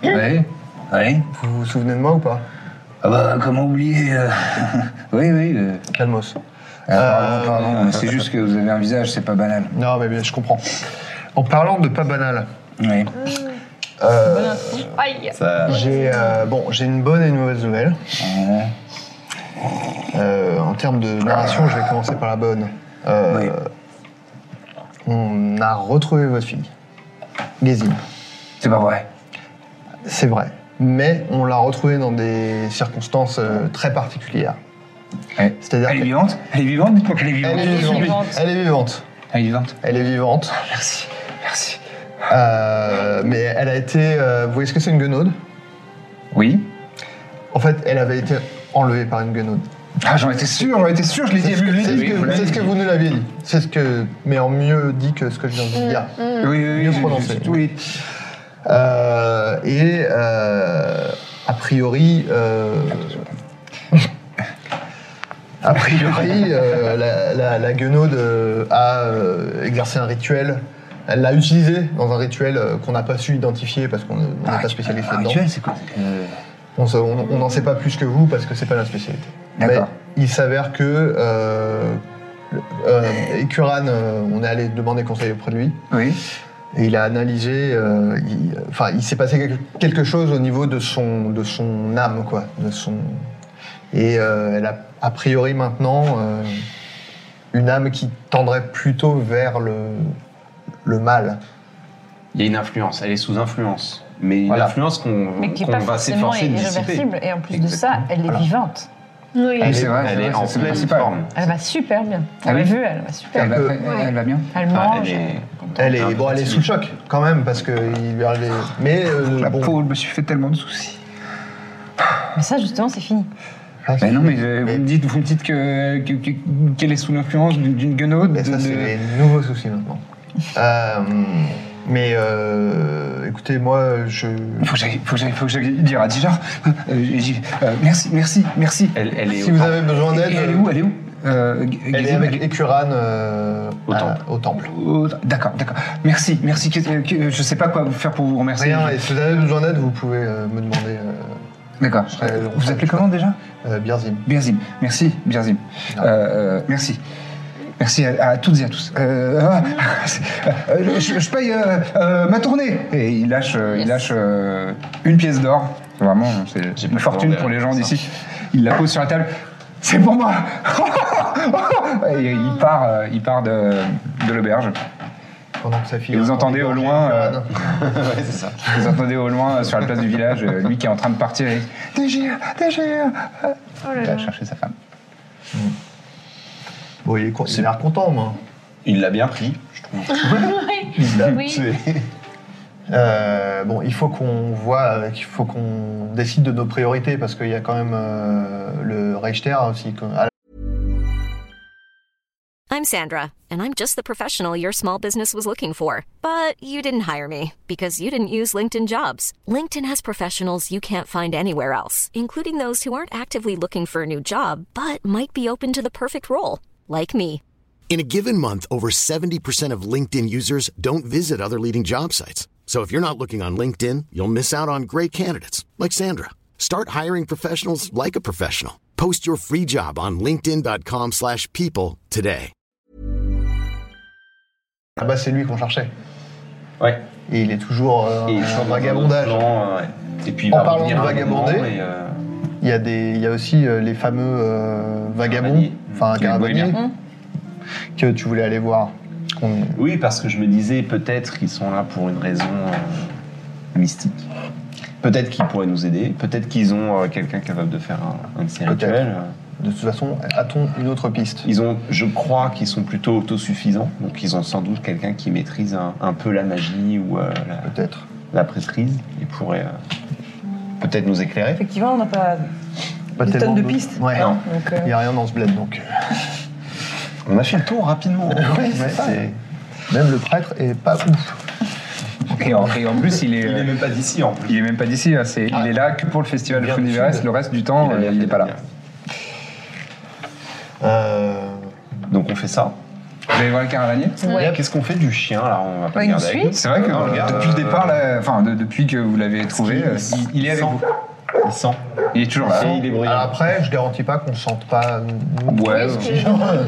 Ouais, ouais.
vous vous souvenez de moi ou pas
Ah bah, comment oublier euh, Oui, oui. euh,
Calmos. Euh,
Ah, pardon, pardon, mais c'est juste que vous avez un visage, c'est pas banal.
Non, mais bien, je comprends. En parlant de pas banal,
Oui.
euh,
Aïe
Ça,
j'ai euh, bon, j'ai une bonne et une mauvaise nouvelle. Euh, en termes de narration, je vais commencer par la bonne. Euh,
Oui.
On a retrouvé votre fille, Gazim.
C'est pas vrai.
C'est vrai. Mais on l'a retrouvée dans des circonstances euh, très particulières.
Ouais.
C'est-à-dire
Elle est
que-
vivante Elle est vivante Dites-moi qu'elle est vivante.
Elle est vivante. Elle est vivante.
Elle est vivante.
Elle est vivante.
Ah, Merci, merci.
Euh, mais elle a été. euh, vous voyez ce que c'est une guenaude
Oui
En fait, elle avait été enlevée par une guenaude.
Ah, j'en étais sûr, j'en étais sûr, je l'ai
C'est
dit.
ce
je
que,
l'ai
c'est
dit,
ce que-
oui, vous l'avez
c'est ce que
dit.
vous nous l'aviez dit. C'est ce que. Mais en mieux dit que ce que je viens de vous dire.
Oui, oui,
mieux
oui.
prononcé.
Oui.
Euh, et euh, a priori. euh, a priori, euh, la, la, la guenaude euh, a euh, exercé un rituel. Elle l'a utilisé dans un rituel euh, qu'on n'a pas su identifier parce qu'on n'est
Ah,
pas spécialiste
un
là-dedans.
rituel, c'est quoi Euh,
On se- on- on n'en sait pas plus que vous parce que c'est pas la spécialité.
D'accord.
Mais il s'avère que euh, le- euh, Ekuran, euh, on est allé demander conseil auprès de lui
Oui.
et il a analysé. euh, il- Enfin, il, s'est passé quelque, quelque chose au niveau de son de son âme, quoi, de son. Et euh, elle a a priori maintenant euh, une âme qui tendrait plutôt vers le le mal.
il y a une influence, elle est sous influence. Mais une
Voilà.
influence qu'on
Mais qui n'est
qu'on
pas
va
forcément
s'efforcer de dissiper.
irréversible. Et en plus
Exactement.
de ça, elle est
Voilà.
vivante.
Oui.
Oui, c'est vrai.
Elle
c'est
est
vrai,
en
c'est- c'est
pleine
principal.
forme.
Elle va super bien. On
Ah
l'a
oui
vu, elle va super.
Elle va,
Ouais.
elle- elle va bien
Elle
Ah,
mange.
elle est-
Elle est bon, elle est sous le choc quand même parce que il lui est arrivé. Mais euh,
La
bon.
pauvre, je me suis fait tellement de soucis.
Mais ça, justement, c'est fini.
Ah,
Mais
si.
non, mais euh, vous me dites, vous me dites que- que- que- qu'elle est sous l'influence d'une d'une guenaude.
Mais Ben, Bah, ça,
de-
c'est
de-
les nouveaux soucis maintenant. Euh, mais euh, écoutez, moi, je.
Faut que j'aille, faut que j'aille, faut que j'aille dire à Dijar. Euh, j'y- euh, merci, merci, merci.
Elle, elle est
Si
au
vous
temple.
avez besoin
Et- et
d'aide,
elle est où Elle est où Euh, G-
elle est
Gazim,
avec Ekuran euh,
Au
à-
temple.
au temple.
Oh, D'accord, d'accord. Merci, merci. Qu'est- euh, que- Je sais pas quoi vous faire pour vous remercier.
Rien, et si vous avez besoin d'aide, vous pouvez euh, me demander euh,
D'accord.
Je serai-
Vous appelez comment déjà
euh, Birzim.
Birzim. Merci, Birzim.
Non.
Euh, euh, merci. Merci à, à toutes et à tous. Euh, ah, c'est- euh, je, je paye euh, euh, ma tournée. Et il lâche, euh, il
Yes.
lâche euh, une pièce d'or. Vraiment, c'est
J'ai
une
pas
fortune
commandé
pour les
rien
gens
comme
d'ici. Il la pose sur la table. C'est pour moi. et il part, euh, il part de, de l'auberge.
Pendant que sa fille.
Et vous entendez au loin, euh,
Ekuran.
Ouais, c'est ça.
Vous entendez au loin, euh, sur la place du village, euh, lui qui est en train de partir. Et... Dégire, dégire.
Oh là
Il va
là.
chercher sa femme.
Bon, il est con- il a l'air content, moi.
Il l'a bien pris, je trouve.
Oui.
Euh, bon, il faut qu'on voit, il faut qu'on décide de nos priorités parce qu'il y a quand même euh, le Reichter aussi. que- à
I'm Sandra, and I'm just the professional your small business was looking for. But you didn't hire me because you didn't use LinkedIn jobs. LinkedIn has professionals you can't find anywhere else, including those who aren't actively looking for a new job but might be open to the perfect role, like me.
In a given month, over 70% of LinkedIn users don't visit other leading job sites. So if you're not looking on LinkedIn, you'll miss out on great candidates like Sandra. Start hiring professionals like a professional. Post your free job on linkedin.com/people slash people today.
la base, c'est lui qu'on cherchait.
Ouais.
Et il est toujours euh,
Et il
en
sort dans un
vagabondage.
autre plan, ouais. Et puis il
En
va
parlant
revenir
de
à un moment
vagabonder,
et, euh,
Il y a des, il y a aussi euh, les fameux euh, vagabonds,
Caravaniers.
enfin
Les
caravaniers,
bohémiens.
Mmh.
que tu voulais aller voir. Qu'on-
Oui, parce que je me disais peut-être qu'ils sont là pour une raison euh, mystique. Peut-être qu'ils pourraient nous aider. Peut-être qu'ils ont euh, quelqu'un capable de faire un, un de ces
Peut-être.
rituels.
De toute façon, a-t-on une autre piste
Ils ont, je crois qu'ils sont plutôt autosuffisants, donc ils ont sans doute quelqu'un qui maîtrise un, un peu la magie ou euh, la,
Peut-être.
la prêtrise. Il pourrait euh, peut-être nous éclairer.
Effectivement, on n'a pas
Pas
des
tellement
tonnes de pistes.
Ouais.
Non.
Donc, euh,
Il n'y a rien dans ce bled donc. euh,
On a fait le tour rapidement.
Ouais,
Ouais,
c'est ça.
c'est-
Même le prêtre est pas ouf.
Et en, et en plus, il est,
Il est
euh,
même pas d'ici en plus.
il est même pas d'ici. hein, c'est- Il est là que pour le festival
Bien du
Funiveres.
sud.
Le reste du temps,
a
euh,
bien
il
fait
n'est pas
de
là.
venir.
Euh,
Donc on fait ça.
Vous allez voir le caravanier
Ouais, Qu'est-ce qu'on fait du chien là On va pas
Bah,
le
il
garder
nous
avec
suit.
nous.
C'est vrai que
Non,
euh,
regarde,
depuis le
euh,
départ, là, enfin de- depuis que vous l'avez trouvé, euh,
Parce qu'il-
il, il est avec
sent.
vous.
Il sent. Ah,
Il est toujours là.
Et il est brillant.
alors après, je garantis pas qu'on sente pas.
Ouais.
Oui,
euh,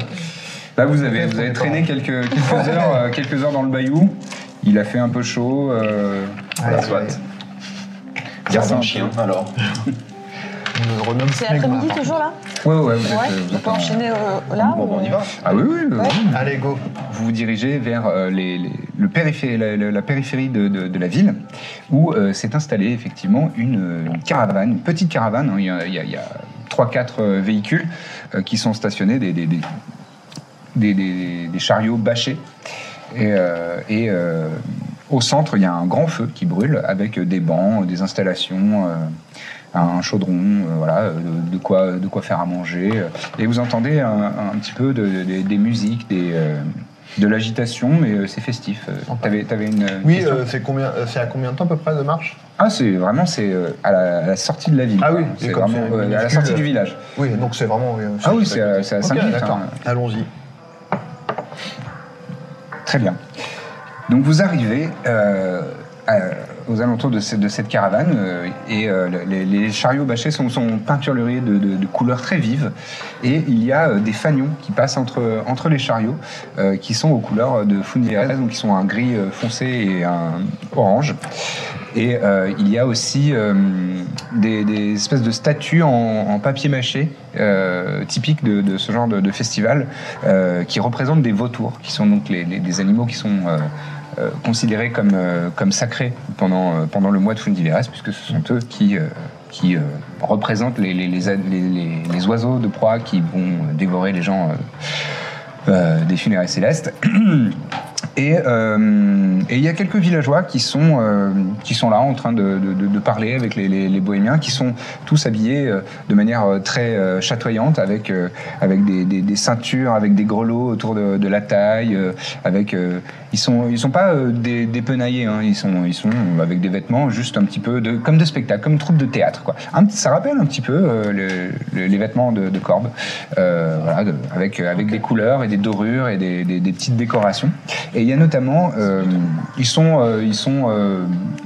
Là, vous avez, vous avez traîné quelques, quelques heures, euh, quelques heures dans le bayou. Il a fait un peu chaud. euh,
Ouais,
soit.
ouais.
Garde
un
un
peu.
chien alors.
On le renomme
C'est
Smegma.
l'après-midi toujours là
Ouais, ouais, vous êtes.
Ouais.
vous
On
êtes
peut
en-
enchaîner euh, là
Bon,
ou-
bah, on y va.
Ah oui, oui. oui.
Ouais.
Allez, go.
Vous vous dirigez vers euh, les- les- le périphérie, la, la- la périphérie de, de- de la ville, où euh, s'est installée effectivement une, euh, une caravane, une petite caravane. hein, Il y a- il y a- il y a trois, quatre euh, véhicules euh, qui sont stationnés, des, des- des- des- des- des chariots bâchés. Et, euh, et, euh, au centre, il y a un grand feu qui brûle avec des bancs, des installations. euh, un chaudron, euh, voilà, euh, de, de quoi, de quoi faire à manger. euh. Et vous entendez un, un petit peu de- de- des- des musiques, des, euh, de l'agitation, mais euh, c'est festif. Euh, T'avais, t'avais une. une
Oui,
question
euh, c'est combien euh, C'est à combien de temps à peu près de marche
Ah, c'est vraiment c'est euh, à, la, à la sortie de la ville.
Ah oui,
c'est
et comme
vraiment
c'est
euh, à la
minuscule,
sortie
euh,
du village.
Oui, donc c'est vraiment. euh,
Ah oui,
juste
c'est à-
côté.
c'est à
Ok,
cinq minutes,
D'accord.
hein.
Allons-y.
Très bien. Donc vous arrivez euh, à- aux alentours de, ce- de cette caravane euh, et euh, les, les chariots bâchés sont, sont peinturés de, de- de couleurs très vives et il y a euh, des fanions qui passent entre, entre les chariots euh, qui sont aux couleurs de Fundirez, donc qui sont un gris euh, foncé et un orange. Et euh, il y a aussi euh, des, des espèces de statues en, en papier mâché euh, typiques de, de ce genre de, de festival euh, qui représentent des vautours, qui sont donc les, les- des animaux qui sont euh, euh, considérés comme, euh, comme sacrés pendant, euh, pendant le mois de Fundiveres, puisque ce sont eux qui, euh, qui euh, représentent les, les, les, a- les- les- les oiseaux de proie qui vont dévorer les gens euh, euh, des funérailles célestes. Et euh, et il y a quelques villageois qui sont, euh, qui sont là en train de, de- de- de parler avec les, les- les bohémiens, qui sont tous habillés euh, de manière euh, très euh, chatoyante, avec, euh, avec des, des- des ceintures, avec des grelots autour de, de la taille. euh, avec, euh, ils sont, ils sont pas euh, des, des penaillés, hein, ils, sont, ils sont avec des vêtements juste un petit peu de, comme de spectacle, comme troupe de théâtre. Quoi. Un petit- ça rappelle un petit peu euh, le- le- les vêtements de, de Corbe, euh, voilà, de- avec, avec des couleurs et des dorures et des- des- des petites décorations. Et il y a notamment, euh, ils sont, euh, ils sont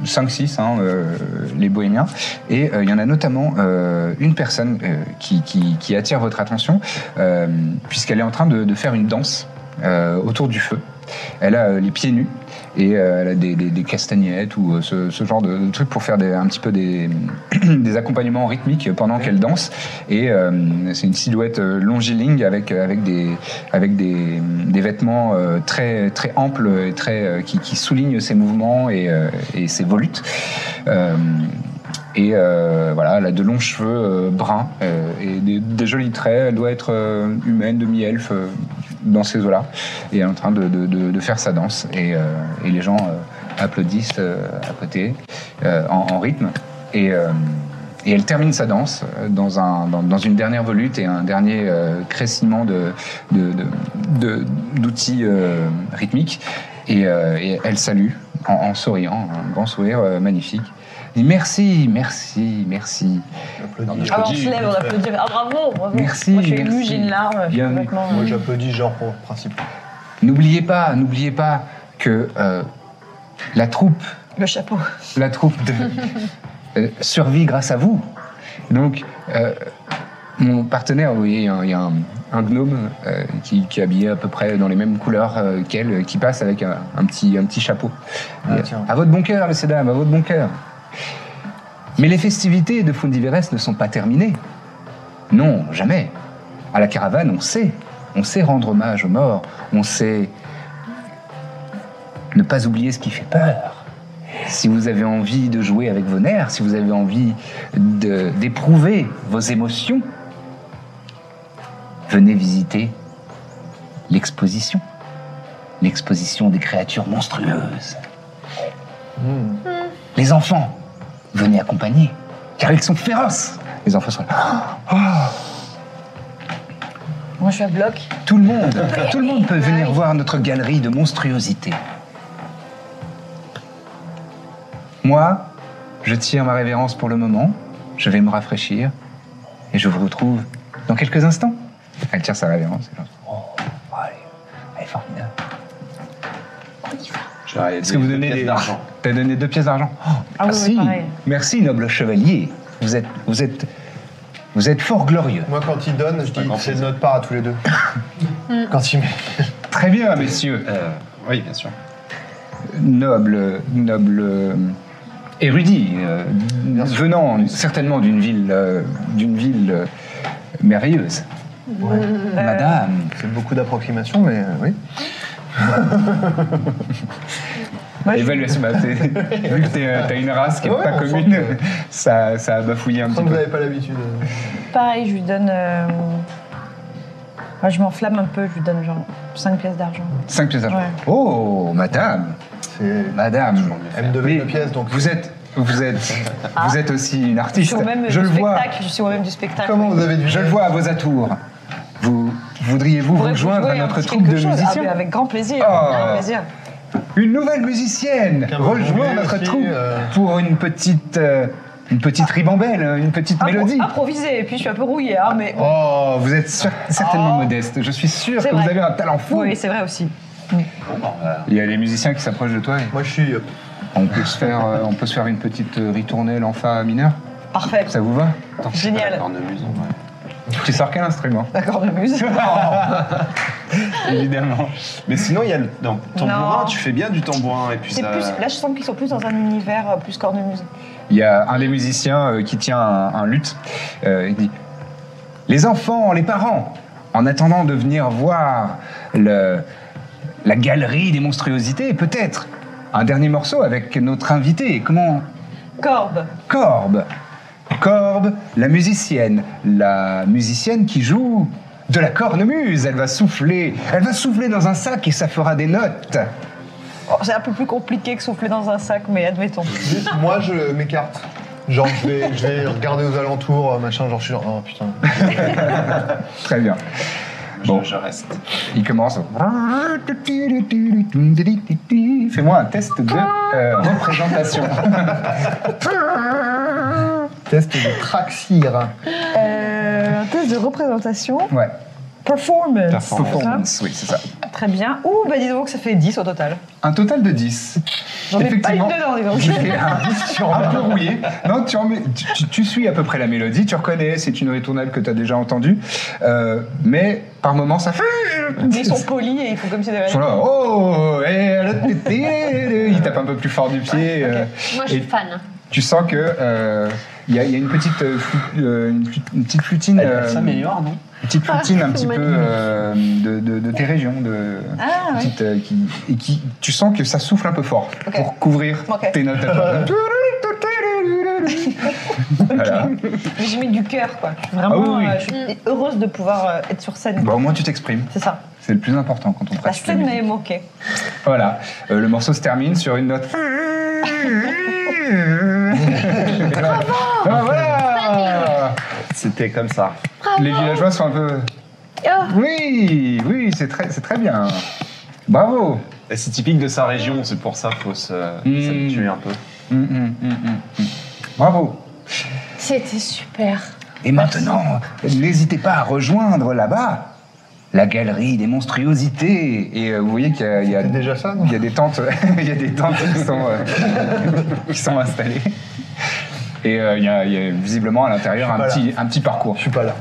5-6, euh, les bohémiens. Et euh, il y en a notamment euh, une personne euh, qui, qui- qui attire votre attention, euh, puisqu'elle est en train de, de faire une danse euh, autour du feu. Elle a euh, les pieds nus et euh, elle a des, des- des castagnettes ou euh, ce, ce genre de, de trucs pour faire des- un petit peu des, des accompagnements rythmiques pendant qu'elle danse. Et euh, c'est une silhouette euh, longiligne avec, avec des, avec des, des vêtements euh, très, très amples et très, euh, qui, qui soulignent ses mouvements et, euh, et ses volutes. Euh, et euh, voilà, elle a de longs cheveux euh, bruns euh, et des, des jolis traits. Elle doit être euh, humaine, demi-elfe, euh, dans ces eaux-là. Et elle est en train de, de- de- de faire sa danse. Et, euh, et les gens euh, applaudissent euh, à côté, euh, en, en rythme. Et, euh, et elle termine sa danse euh, dans, un, dans, dans une dernière volute et un dernier euh, cresciment de, de- de- de- d'outils euh, rythmiques. Et, euh, et elle salue en, en souriant, un grand sourire euh, magnifique. Elle dit merci, merci, merci.
J'applaudis.
Ah, bah, on se lève, on applaudit. Ah, bravo, bravo.
Merci,
Moi, je suis émue,
merci.
j'ai une larme. je suis
Bienvenue.
complètement,
Moi,
euh,
j'applaudis, genre pour le principe.
N'oubliez pas, n'oubliez pas que euh, la troupe,
Le chapeau.
la troupe de, euh, survit grâce à vous. Donc, euh, mon partenaire, vous voyez, il y a un- il y a un, un gnome euh, qui, qui est habillé à peu près dans les mêmes couleurs euh, qu'elle, euh, qui passe avec un, un petit, un petit chapeau.
Ah,
Et,
tiens.
à votre bon cœur, messieurs dames, à votre bon cœur. Mais les festivités de Fundiveres ne sont pas terminées. Non, jamais. À la caravane, on sait. On sait rendre hommage aux morts. On sait ne pas oublier ce qui fait peur. Si vous avez envie de jouer avec vos nerfs, si vous avez envie de- d'éprouver vos émotions,
venez visiter l'exposition. L'exposition des créatures monstrueuses. Les enfants, venez accompagner, car ils sont féroces. Les enfants sont là.
Moi, je suis à bloc.
Tout le monde, tout le monde peut venir voir notre galerie de monstruosités.
Moi, je tire ma révérence pour le moment, je vais me rafraîchir, et je vous retrouve dans quelques instants. Elle tire sa révérence. et genre, oh, allez, elle est formidable. Est-ce que vous donnez des...
d'argent
T'as donné deux pièces d'argent Oh,
Ah oui, oui,
Merci,
pareil.
merci noble chevalier. Vous êtes, vous êtes, vous êtes fort glorieux.
Moi, quand il donne, je dis
grand
c'est de notre part à tous les deux. quand il met.
Très bien, messieurs.
Euh, Oui, bien sûr.
noble, noble euh, érudit, euh, venant certainement d'une ville, euh, d'une ville euh, merveilleuse. Euh. Madame,
C'est beaucoup d'approximations, mais euh, oui.
Moi, je-
évaluation, bah, t'es- vu que t'es, euh, t'as une race qui n'est
Ouais,
pas
on sent
commune, ça, ça a bafouillé un
Quand
petit
vous
peu.
n'avez pas l'habitude. euh.
Pareil, je lui donne. euh, moi, je m'enflamme un peu, je lui donne genre 5 pièces d'argent.
5 pièces d'argent.
Ouais.
Oh, madame,
C'est.
madame,
Elle me devait
Mais
deux pièces, donc.
vous êtes, vous êtes, vous êtes aussi une
Je
artiste.
suis au même
je
du
le vois,
spectacle. Je suis au même du spectacle.
Comment vous avez dû.
je le vois à vos atours. Vous voudriez-vous vous
Faudrait que vous
joindre à
jouiez un
notre
petit
troupe de
quelque chose. Ah,
musiciens
mais avec grand plaisir.
Oh.
Grand plaisir.
Une nouvelle musicienne
Qu'un
rejoint
Burgondais
notre
aussi,
troupe
euh.
pour une petite, euh, une petite ribambelle, une petite
Impro-
mélodie.
improvisé. Et puis, je suis un peu rouillée, hein, mais.
Oh, vous êtes cer- certainement
Oh.
modeste. Je suis sûr
C'est
que vous
vrai.
avez un talent fou.
Oui, c'est vrai aussi.
Il y a des musiciens qui s'approchent de toi. et
Moi, je suis. euh,
on peut se faire, euh, on peut se faire une petite euh, ritournelle en fa mineur.
Parfait.
Ça vous va
Génial.
Cornemusant, ouais.
Tu sors quel instrument
D'accord de muse.
Évidemment. Mais sinon, il y a le non, tambourin,
Non.
tu fais bien du tambourin. Et puis
C'est
ça... euh,
plus, là, je sens qu'ils sont plus dans un univers euh, plus cornemuse.
Il y a un des musiciens euh, qui tient un, un luth. Euh, il dit Les enfants, les parents, en attendant de venir voir le- la galerie des monstruosités, peut-être un dernier morceau avec notre invité. Comment
Corbe.
Corbe. Corbe, la musicienne. La musicienne qui joue de la cornemuse. Elle va souffler. Elle va souffler dans un sac et ça fera des notes.
Oh, c'est un peu plus compliqué que souffler dans un sac, mais admettons.
juste- Moi, je m'écarte. Genre, je vais, je vais regarder aux alentours, euh, machin. Genre, je suis genre. Oh putain.
Très bien.
Je-
Bon.
je reste.
Il commence. Fais-moi un test de euh, représentation.
Test de traxir.
Euh, un test de représentation.
Ouais.
Performance.
Performance, oui, c'est ça.
Ça Très bien. Ouh, bah dis donc, ça fait 10 au total.
Un total de 10.
J'en mets pas une dedans, dis donc.
Tu fais un, un peu rouillé. Non, tu, remets- tu- tu- tu suis à peu près la mélodie, tu reconnais, c'est une ritournelle que tu as déjà entendue. Euh, mais par moments, ça fait.
Mais ils sont polis et ils font comme si
Ils sont
de
là, oh, eh, alors, tété, il tape un peu plus fort du pied. euh,
Moi, je suis
et-
fan.
Tu sens que euh, il y, a- il y a une petite euh, flu- euh, une, flu- une petite flutine,
Elle-
euh,
Elle s'améliore, non
une petite flutine un petit peu
magnifique.
euh, de, de- de tes régions, de
Ah, ouais.
petite, euh, qui, et qui tu sens que ça souffle un peu fort
Ok.
pour couvrir
Ok.
tes notes. à toi. Voilà.
Mais j'ai mis du cœur, quoi. Je suis Vraiment,
Ah oui, Bah. oui.
euh, je suis heureuse de pouvoir euh, être sur scène.
Bon, au moins tu t'exprimes.
C'est ça.
C'est le plus important quand on
La
pratique. la
scène
musique.
m'avait manqué.
Voilà, Euh, le morceau se termine sur une note. Ah, voilà
C'était comme ça.
Les villageois sont un peu. Oui, oui, c'est très, c'est très bien. Bravo.
Et C'est typique de sa région, c'est pour ça qu'il faut se-
Mm.
s'habituer un peu.
Hum, hum, hum, hum, hum. Bravo.
C'était super.
Et maintenant, n'hésitez pas à rejoindre là-bas la galerie des monstruosités.
Et euh, vous voyez qu'il y a, il y a-
C'est déjà ça, non
il y a des tentes, il y a des tentes qui sont, euh, qui sont installées. Et euh, il y, a- il y a visiblement à l'intérieur un
pas
petit, un petit parcours.
Je suis pas là.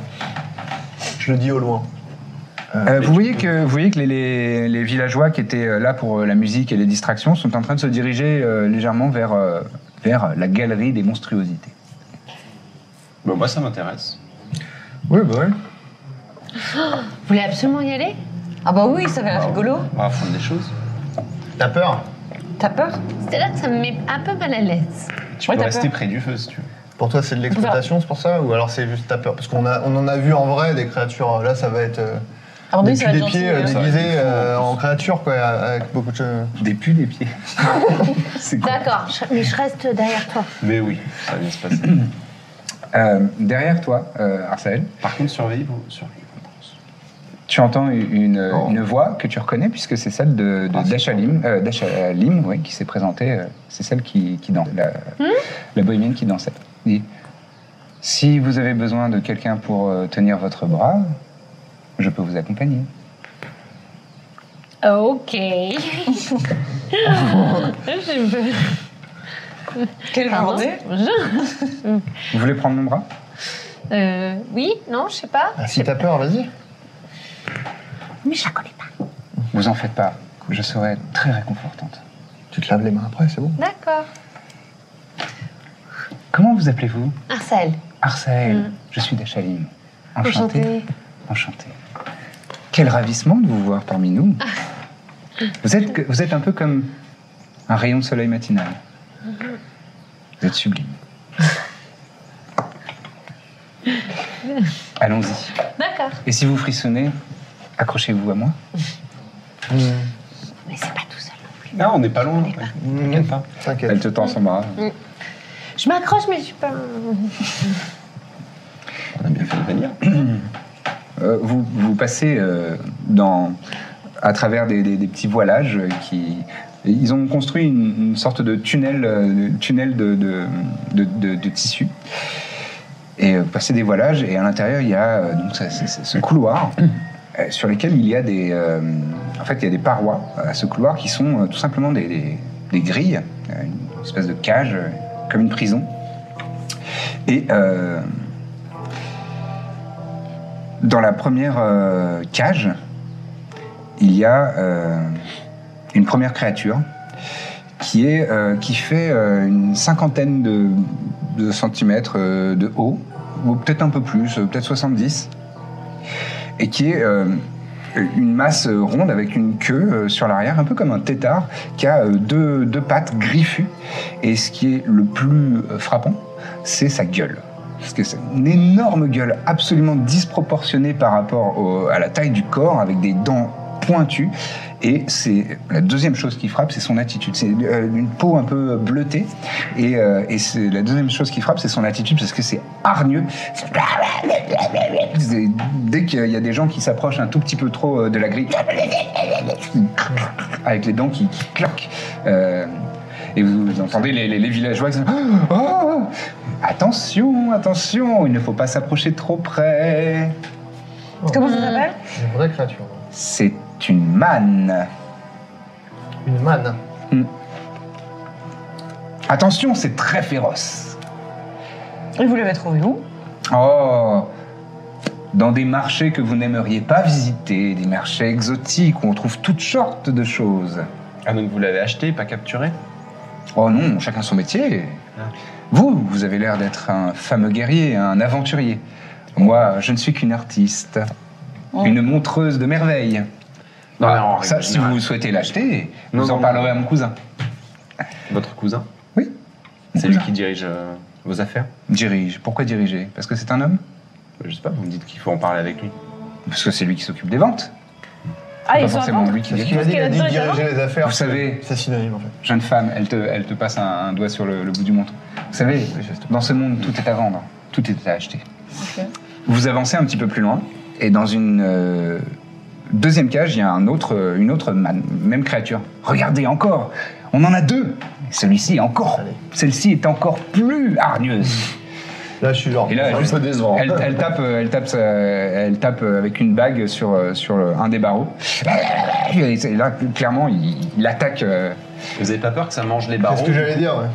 Je le dis au loin.
Euh, vous voyez que, vous voyez que les, les- les villageois qui étaient euh, là pour euh, la musique et les distractions sont en train de se diriger euh, légèrement vers, euh, vers la galerie des monstruosités.
Bah, moi, ça m'intéresse.
Oui, bah oui.
Vous voulez absolument y aller
Ah bah oui, ça va être rigolo.
On va apprendre des choses.
T'as peur
T'as peur
C'est là que ça me met un peu mal à l'aise.
Tu
Ouais,
peux
t'as
Bah,
rester
peur.
près du feu si tu veux.
Pour toi, c'est de l'exploitation, c'est pour ça Ou alors c'est juste ta peur Parce qu'on a, on en a vu en vrai des créatures. Là, ça va être euh,
Alors,
des
oui, ça
culs des
va être
pieds euh,
gentil,
ça va
déguisés
être des fous, en
euh,
plus.
en créatures, quoi, avec beaucoup de. cheveux.
Des pulls des pieds. C'est cool.
D'accord, je- mais je reste derrière toi.
Mais oui, ça va bien se passer.
Euh, derrière toi, euh, Arcel,
Par contre, survivre, survivre, on pense.
tu entends une, une-
Oh.
une voix que tu reconnais puisque c'est celle de, de
Ah, c'est
Dashalim, euh, Dashalim, oui, qui s'est présentée. euh, c'est celle qui, qui danse, la, la bohémienne qui dansait. Elle dit, si vous avez besoin de quelqu'un pour euh, tenir votre bras, je peux vous accompagner.
Ok. J'ai peur.
Quelle
Pardon
journée
Vous voulez prendre mon bras
Euh, oui, non, je sais pas.
Ah, si t'as peur, vas-y.
Mais je la connais pas.
Vous en faites pas. Je serai très réconfortante.
Tu te laves les mains après, c'est bon.
D'accord.
Comment vous appelez-vous
Marcel.
Arsaël,
Mm.
je suis Dachaline. Enchanté. Enchanté. Quel ravissement de vous voir parmi nous.
Ah.
Vous êtes, que- vous êtes un peu comme un rayon de soleil matinal.
Mm-hmm.
Vous êtes sublime. Allons-y.
D'accord.
Et si vous frissonnez, accrochez-vous à moi.
Mais c'est pas tout seul.
Non, Ah, on n'est pas loin. T'inquiète pas.
Elle
T'inquiète.
te tend son bras.
Je m'accroche, mais je suis pas.
On a bien fait de venir.
Euh, vous, vous passez euh, dans, à travers des, des- des petits voilages euh, qui. Ils ont construit une, une sorte de tunnel, euh, de- tunnel de, de, de- de- de tissu. Et euh, vous passez des voilages, et à l'intérieur, il y a euh, donc, ça- c'est- c'est ce couloir euh, sur lequel il y a des. euh, en fait, il y a des parois à ce couloir qui sont euh, tout simplement des, des- des grilles, euh, une espèce de cage, euh, comme une prison. Et. euh, dans la première euh, cage, il y a euh, une première créature qui, est, euh, qui fait euh, une cinquantaine de, de centimètres euh, de haut, ou peut-être un peu plus, euh, peut-être 70, et qui est euh, une masse euh, ronde avec une queue euh, sur l'arrière, un peu comme un tétard, qui a euh, deux, deux pattes griffues. Et ce qui est le plus euh, frappant, c'est sa gueule. Parce que c'est une énorme gueule absolument disproportionnée par rapport au- à la taille du corps, avec des dents pointues. Et c'est la deuxième chose qui frappe, c'est son attitude. C'est euh, une peau un peu bleutée. Et, euh, et c'est la deuxième chose qui frappe, c'est son attitude, parce que c'est hargneux. C'est- Dès qu'il y a des gens qui s'approchent un tout petit peu trop euh, de la grille, avec les dents qui, qui claquent. euh, et vous, vous entendez les, les- les villageois qui sont Ah Ah Attention, attention, il ne faut pas s'approcher trop près.
Comment ça s'appelle
Une vraie créature.
C'est une manne.
Une manne.
Attention, c'est très féroce.
Et vous l'avez trouvé où
Oh Dans des marchés que vous n'aimeriez pas visiter, des marchés exotiques où on trouve toutes sortes de choses.
Ah, donc vous l'avez acheté, pas capturé
Oh non, chacun son métier. Vous, vous avez l'air d'être un fameux guerrier, un aventurier. Moi, je ne suis qu'une artiste, une montreuse de merveilles.
Non, mais en règle
Ça, si
générale,
vous souhaitez l'acheter,
Non,
vous en
non,
parlerez
non.
à mon cousin.
Votre cousin
Oui.
C'est
Cousin.
lui qui dirige euh, vos affaires
Dirige. Pourquoi diriger Parce que c'est un homme
Euh, Je sais pas, vous me dites qu'il faut en parler avec lui.
Parce que c'est lui qui s'occupe des ventes.
Ah,
pas
ils sont à
forcément
vendre
lui qui
Parce
dirige.
qu'il a dit, il a dit
Parce qu'il y a dedans,
diriger les affaires.
Vous savez,
C'est synonyme en fait.
jeune femme, elle te, elle te passe un, un doigt sur le, le bout du menton. Vous savez, dans ce monde, tout est à vendre, tout est à acheter.
Ok.
Vous avancez un petit peu plus loin, et dans une euh, deuxième cage, il y a un autre, euh, une autre man- même créature. Regardez encore, on en a deux. Celui-ci est encore,
Allez.
celle-ci est encore plus hargneuse.
Là, je suis genre.
Et là, elle,
un peu décevant.
elle- elle tape, euh, elle tape, sa- elle tape euh, avec une bague sur euh, sur le- un des barreaux. Et c'est- là, clairement, il, il attaque. euh,
Vous avez pas peur que ça mange les
C'est ce
barreaux
que j'allais dire, ouais.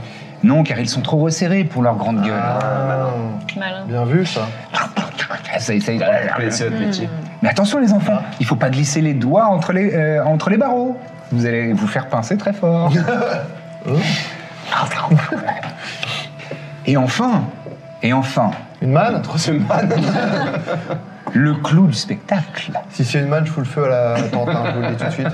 non, car ils sont trop resserrés pour leur grande gueule.
Ah,
Malin.
Bien vu ça.
Ah, Ça- ça-
Vous connaissez Ah, votre métier.
Mais attention, les enfants, il faut pas glisser les doigts entre les euh, entre les barreaux. Vous allez vous faire pincer très fort. et enfin, et enfin,
Une manne
le clou du spectacle.
Si c'est une manne, je fous le feu à la tente, hein, je vous le dis tout de suite.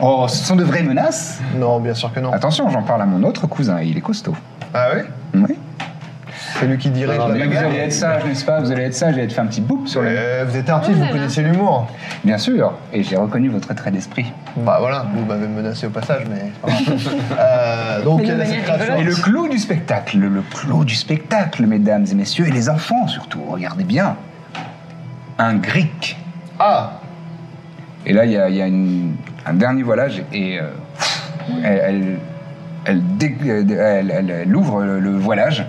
Oh, ce sont de vraies menaces.
Non, bien sûr que non.
Attention, j'en parle à mon autre cousin, il est costaud.
Ah oui
Oui.
C'est lui qui dirige
Non, non,
la
mais
Vous
bagarre.
allez être sage, n'est-ce pas Vous allez être sage et être fait un petit boop sur le.
Euh, vous êtes artiste,
Oh là
vous
là.
connaissez l'humour.
Bien sûr. Et j'ai reconnu votre attrait d'esprit.
Bah voilà, vous m'avez menacé au passage, mais c'est pas grave. Euh, donc
Mais de
elle a cette
manière
créature.
Et
rigolote.
le clou du spectacle.
Spectacle, le clos du spectacle, mesdames et messieurs, et les enfants surtout, regardez bien. Un grec.
Ah
Et là, il y a, il y a une- un dernier voilage et euh, elle, elle- elle dé- elle- elle- elle ouvre le, le voilage.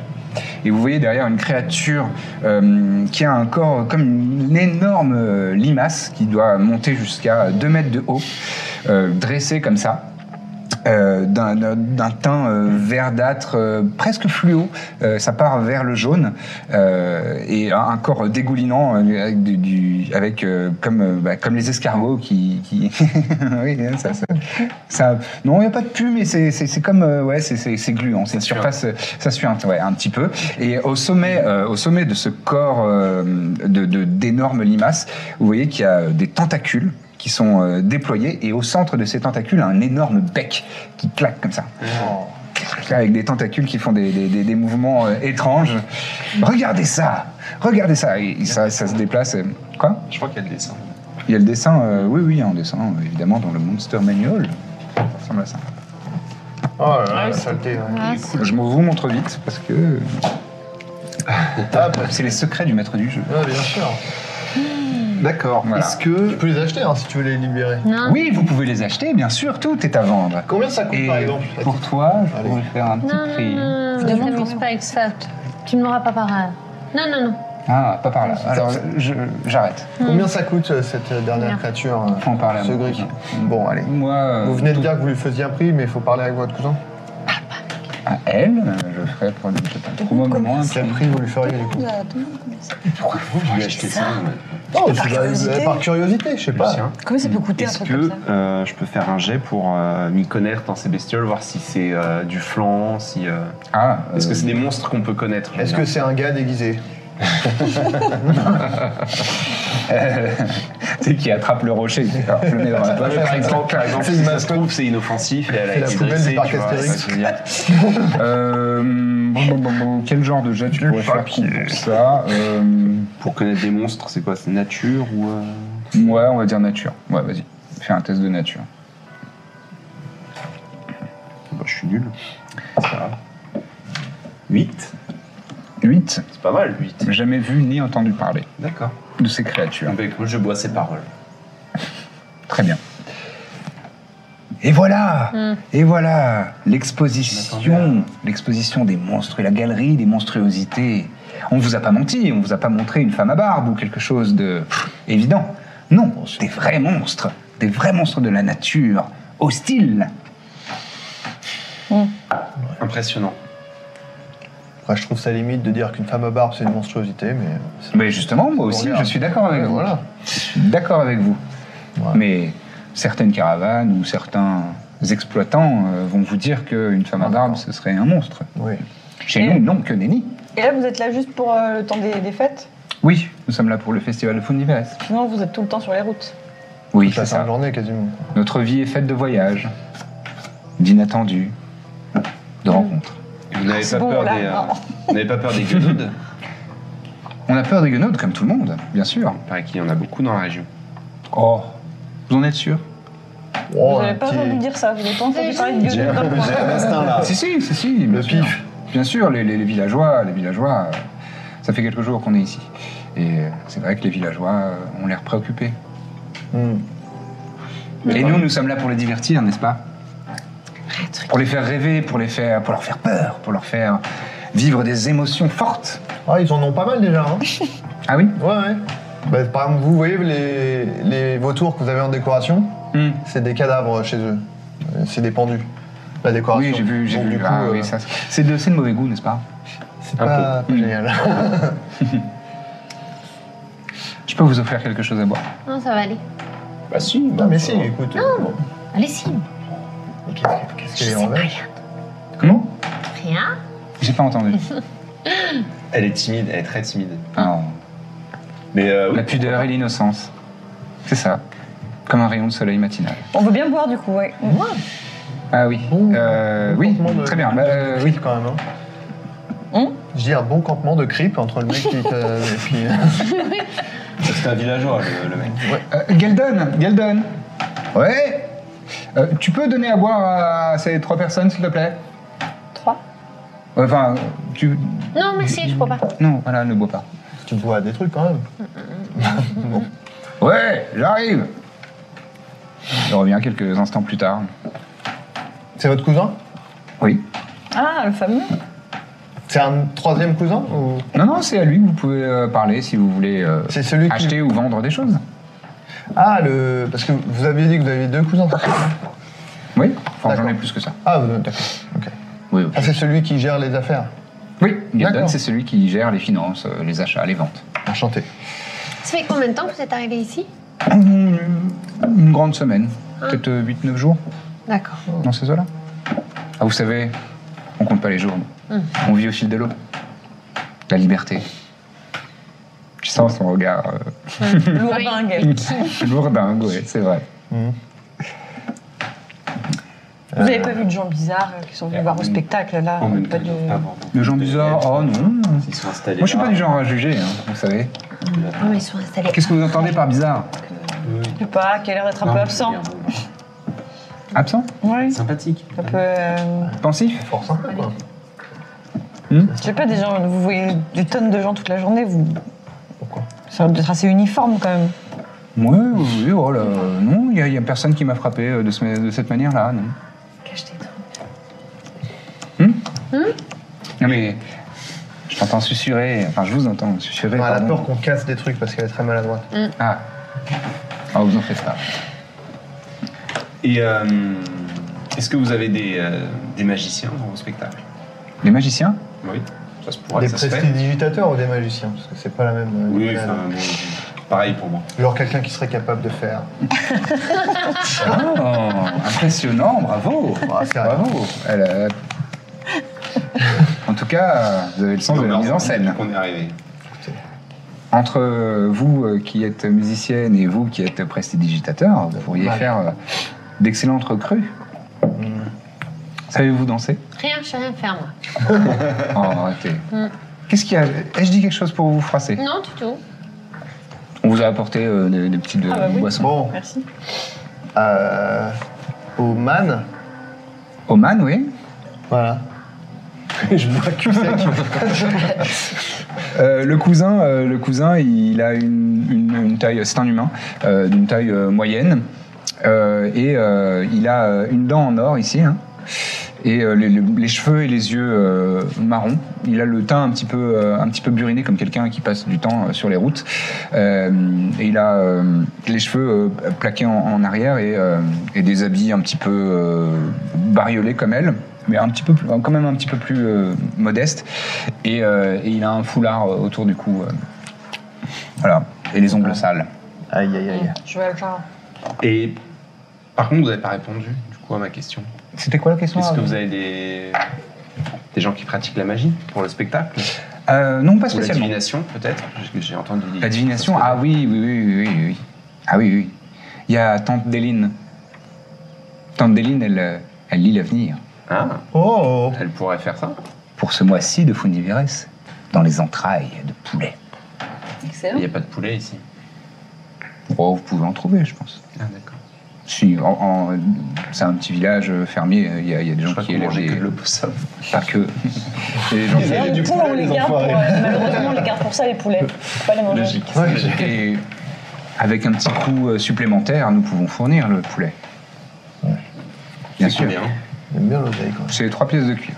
Et vous voyez derrière une créature euh, qui a un corps comme une énorme euh, limace qui doit monter jusqu'à 2 mètres de haut, euh, dressée comme ça, euh, d'un- d'un d'un teint euh, verdâtre, euh, presque fluo. Euh, ça part vers le jaune euh, et un, un corps dégoulinant euh, avec, du, du- avec, euh, comme, euh, bah, comme les escargots qui. qui- oui, hein, ça, ça- ça- non, il n'y a pas de pu, mais c'est- c'est c'est comme. euh, ouais, c'est- c'est c'est gluant. C'est une surface. euh, Ça suit un, ouais, un petit peu. Et au sommet, euh, au sommet de ce corps euh, de- de- d'énormes limaces, vous voyez qu'il y a des tentacules qui sont euh, déployés et au centre de ces tentacules un énorme bec qui claque comme ça
Oh.
avec des tentacules qui font des, des- des- des mouvements euh, étranges. Regardez ça Regardez ça Et ça, ça se déplace. et- Quoi
Je crois qu'il y a le dessin.
Il y a le dessin, euh, oui, oui, il y a un dessin, euh, évidemment, dans le Monster Manual. Ça ressemble à ça.
Oh là là, la saleté. hein. ouais.
Ah, c'est-
Je vous montre vite, parce que euh,
Ah, bah,
c'est les secrets du maître du jeu.
ouais, bien sûr.
D'accord.
Voilà.
Est-ce que.
Tu peux les acheter hein, si tu veux les libérer.
Non,
Oui, vous pouvez les acheter, bien sûr, tout est à vendre.
Combien ça coûte
Et
par exemple la
pour toi, je
Allez.
pourrais faire un petit
non,
prix.
non, non,
Demande
ne
quand
commence
même.
pas avec ça. Tu ne m'auras pas par là. Non, non, non.
Ah, pas par là. Alors, je- j'arrête.
Combien ça coûte euh, cette euh, dernière
Bien.
créature euh,
Faut en parler à
Ce
mon
grec.
cousin.
Bon, allez.
Moi, euh,
Vous venez de
tout-
dire que vous lui faisiez un prix, mais il faut parler avec votre cousin.
à elle, euh, je ferai pour le trouve un moment un
Quel
prix.
prix vous lui feriez du coup
Pourquoi vous lui achetez ça, ouais.
Oh,
Par
je-
curiosité.
par curiosité, je sais pas.
Lucien
Comment ça peut coûter un
Est-ce
truc
que
comme ça
euh, je peux faire un jet pour euh, m'y connaître dans ces bestioles, voir si c'est euh, du flan, si. euh,
Ah,
Est-ce que
euh,
c'est des monstres qu'on peut connaître je veux
Est-ce
dire
que c'est un gars déguisé
Tu sais, qui attrape le rocher, qui attrape le met dans la
Ouais,
poche.
mais par exemple, par exemple,
C'est
si
une
ça se trouve, c'est inoffensif et elle a
C'est la
été
poubelle du
dressée,
parc
tu vois,
Astérix.
ça ah, veut dire.
Euh, bon, bon, bon, bon, quel genre de jet tu pourrais faire pour ça Euh,
Pour connaître des monstres, c'est quoi C'est nature ou. euh,
Ouais, on va dire nature. Ouais, vas-y, fais un test de nature.
bah, je suis nul. 8
8,
C'est pas mal, 8.
jamais vu ni entendu parler
D'accord.
de ces créatures.
je bois ses paroles.
Très bien. Et voilà Et voilà L'exposition L'exposition des monstres et la galerie des monstruosités. On vous a pas menti, on vous a pas montré une femme à barbe ou quelque chose de pff, évident. Non, des vrais monstres, des vrais monstres de la nature, hostiles.
Impressionnant.
Après, je trouve ça limite de dire qu'une femme à barbe, c'est une monstruosité, mais... c'est-
Mais justement, moi aussi,
Regarde.
je suis d'accord avec
Ouais,
vous.
Voilà.
Je suis d'accord avec vous.
Voilà.
Mais certaines caravanes ou certains exploitants euh, vont vous dire qu'une femme à barbe, ce serait un monstre.
Oui.
Chez
Et-
nous, non, que nenni.
Et là, vous êtes là juste pour euh, le temps des, des fêtes
Oui, nous sommes là pour le festival de Funivers.
Sinon, vous êtes tout le temps sur les routes.
Oui,
Toute la
c'est
fin
ça.
de journée, quasiment.
Notre vie est faite de voyages, d'inattendus, de rencontres.
Vous n'avez
Ah, c'est
pas,
bon,
peur
là,
des, euh,
non.
vous n'avez pas peur des guenaudes
On a peur des guenaudes, comme tout le monde, bien sûr.
Il paraît qu'il y en a beaucoup dans la région.
Oh, vous en êtes sûr
Oh,
vous
un
n'avez pas
petit-
entendu dire ça, vous n'avez pas entendu
C'est
parler de gueule dans le coin.
là.
Si, si, si, si. bien
Le
sûr.
pif.
Bien sûr, les, les- les villageois, les villageois, euh, ça fait quelques jours qu'on est ici. Et euh, c'est vrai que les villageois euh, ont l'air préoccupés.
Hmm.
Et nous, nous sommes là pour les divertir, n'est-ce pas Pour les faire rêver, pour, les faire, pour leur faire peur, pour leur faire vivre des émotions fortes.
Ah, ils en ont pas mal déjà, hein
Ah oui
Ouais, ouais. Bah, par exemple, vous voyez les, les vautours que vous avez en décoration
Hmm.
C'est des cadavres chez eux. Euh, C'est des pendus. La décoration.
Oui, j'ai vu, j'ai
Donc,
vu.
Du coup,
Ah
euh,
oui, ça, c'est de, c'est de mauvais goût, n'est-ce pas
c'est pas, pas génial.
Mm. Je peux vous offrir quelque chose à boire. Ah,
Non, ça va aller.
Bah si,
non, mais si, écoute. euh, bon.
Allez, si.
Qu'est-ce qu'est-ce qu'elle est en vert
Comment
Rien.
J'ai pas entendu.
Elle est timide, elle est très timide.
Ah,
Mais euh, oui,
la pudeur et l'innocence. C'est ça. Comme un rayon de soleil matinal.
On veut bien boire du coup, ouais.
Mmh.
Ah oui.
Bon,
Euh, oui,
Franchement, de-
très bien. Bah, euh,
de-
oui.
quand même. hein.
Hum
Je dis un bon campement de creep entre le mec qui est. euh, et puis, euh,
C'était un villageois, le, le mec.
Euh, Geldon, Geldon. Ouais. Euh, tu peux donner à boire à ces trois personnes, s'il te plaît
Trois.
Enfin, tu.
Non, merci, je crois pas.
Non, voilà, ne bois pas.
tu dois des trucs quand même.
Ouais, j'arrive Je reviens quelques instants plus tard.
C'est votre cousin
Oui.
Ah, le fameux
C'est un troisième cousin ou...
Non, non, c'est à lui que vous pouvez euh, parler si vous voulez euh,
C'est celui qui-
acheter ou vendre des choses.
Ah, le. Parce que vous aviez dit que vous aviez deux cousins. c'est ça
Oui, enfin, j'en ai
D'accord.
plus que ça.
Ah, vous- d'accord. ok.
Oui,
Ah, c'est celui qui gère les affaires.
oui. Geldon,
D'accord.
c'est celui qui gère les finances, euh, les achats, les ventes.
Enchanté.
Ça fait combien de temps que vous êtes arrivé ici
Une une grande semaine, peut-être 8-9 jours
D'accord.
dans ces eaux-là. Ah, vous savez, on compte pas les jours. nous. On vit au fil de l'eau. La liberté. Je sens son regard euh,
Mmh.
Lourdingue.
Hmm. lourdingue, ouais, c'est vrai.
Vous avez pas vu de gens bizarres euh, qui sont venus voir au spectacle, là
En même
pas
temps, ah ils
de...
ont pas vendu.
Les gens bizarres, oh non. Moi,
Ils sont installés.
je suis pas
là.
du genre à juger, hein, vous savez.
Non, mais ils sont installés.
Qu'est-ce que vous entendez par bizarre
Je sais pas, qui a l'air d'être un peu absent.
Absent
Oui.
Sympathique.
Un peu... euh,
Pensif
Fort sympa, quoi.
Je sais pas, des gens, vous voyez des tonnes de gens toute la journée, vous... Ça a l'air d'être assez uniforme, quand même.
Ouais, oui, oh là, non, il n'y a, personne qui m'a frappé euh, de, ce- de cette manière-là, non. Hum Non mais, je t'entends susurrer, enfin je vous entends susurrer.
Elle a
pardon.
peur qu'on casse des trucs parce qu'elle est très maladroite.
Ah. Ah, vous en faites pas.
Et euh, est-ce que vous avez des, euh, des magiciens dans vos spectacles
Les magiciens
Oui, ça se pourrait,
des
ça se fait.
prestidigitateurs ou des magiciens Parce que c'est pas la même. euh,
Oui,
manière.
enfin, bon, pareil pour moi.
Genre quelqu'un qui serait capable de faire.
Oh, impressionnant, bravo.
Ah. c'est vrai.
bravo. Elle a- En tout cas, vous avez le sens de la mise en scène.
On est arrivé.
Entre euh, vous euh, qui êtes musicienne et vous qui êtes prestidigitateur, vous pourriez
Mal.
faire euh, d'excellentes recrues. Savez-vous danser
Rien, je sais rien faire, moi.
Oh, arrêtez.
Mm.
Qu'est-ce qu'il y a Ai-je dit quelque chose pour vous froisser
Non, du tout.
On vous a apporté euh, des, des petites
Ah bah oui.
boissons.
Bon,
Merci.
euh, au man,
Oman, oui.
voilà. Je vois que
Euh, le cousin, euh, le cousin, il a une, une- une taille, c'est un humain, euh, d'une taille euh, moyenne, Euh, et euh, il a euh, une dent en or ici, hein. et euh, les, les- les cheveux et les yeux euh, marrons. Il a le teint un petit peu, euh, un petit peu buriné comme quelqu'un qui passe du temps euh, sur les routes, Euh, et il a euh, les cheveux euh, plaqués en, en arrière et, euh, et des habits un petit peu euh, bariolés comme elle. Mais un petit peu, plus- quand même un petit peu plus euh, modeste. Et, euh, et il a un foulard euh, autour du cou. euh. voilà. Et les ongles sales.
Aïe, aïe, aïe.
Je vais le faire.
Et par contre, vous n'avez pas répondu du coup à ma question.
C'était quoi la question
Est-ce que vous avez des, des gens qui pratiquent la magie pour le spectacle
Euh, Non, pas
Ou la
spécialement.
divination peut-être Parce que J'ai entendu.
La divination Ah oui, oui, oui, oui, oui, oui. Ah oui, oui. Il y a Tante Déline. Tante Déline, elle, euh, elle lit l'avenir.
Ah,
Oh
elle pourrait faire ça.
Pour ce mois-ci de Founiveres, dans les entrailles de poulet.
Il
Excellent.
n'y a pas de poulet ici.
Oh, vous pouvez en trouver, je pense.
Ah d'accord.
Si, en- en- c'est un petit village euh, fermier, il y a, il y a des
Je
gens
crois
qui
qu'on mangeait
élèvent
que
des...
de l'opossum.
Pas que. Il y a des gens qui
Il y a
élèvent
du
Ah, Les poules,
poulet,
on les
les
garde pour...
enfoirés.
euh, malheureusement, on les garde pour ça, les poulets. Faut Pas les manger.
Logique.
Ouais, j'ai-
Et avec un petit coût euh, supplémentaire, nous pouvons fournir le poulet. Bien sûr.
Combien
J'aime bien l'oseille quand même.
C'est trois pièces de cuir.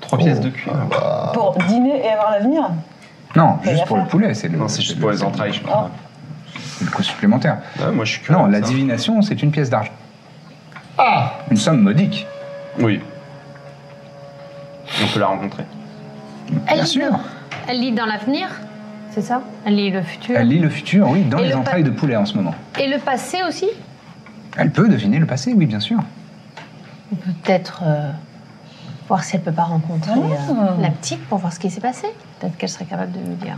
Trois pièces de cuir.
Pour dîner et avoir l'avenir
Non,
y
juste
a
pour le
pas.
poulet, c'est le,
Non, c'est juste
le-
pour les entrailles, je crois.
le coût supplémentaire.
Ouais, Ah, moi, je suis curieux
Non,
de
la
ça.
divination, c'est une pièce d'argent. Ah Une somme modique.
Oui. On peut la rencontrer.
Elle
Bien
lit
sûr.
dans- Elle lit dans l'avenir, c'est ça Elle lit le futur.
Elle lit le futur, oui, dans
Et
les
le pa-
entrailles de poulet en ce moment.
Et le passé aussi
Elle peut deviner le passé, oui, bien sûr.
On peut peut-être euh, voir si elle peut pas rencontrer
Ah.
euh, la petite pour voir ce qui s'est passé. Peut-être qu'elle serait capable de nous dire.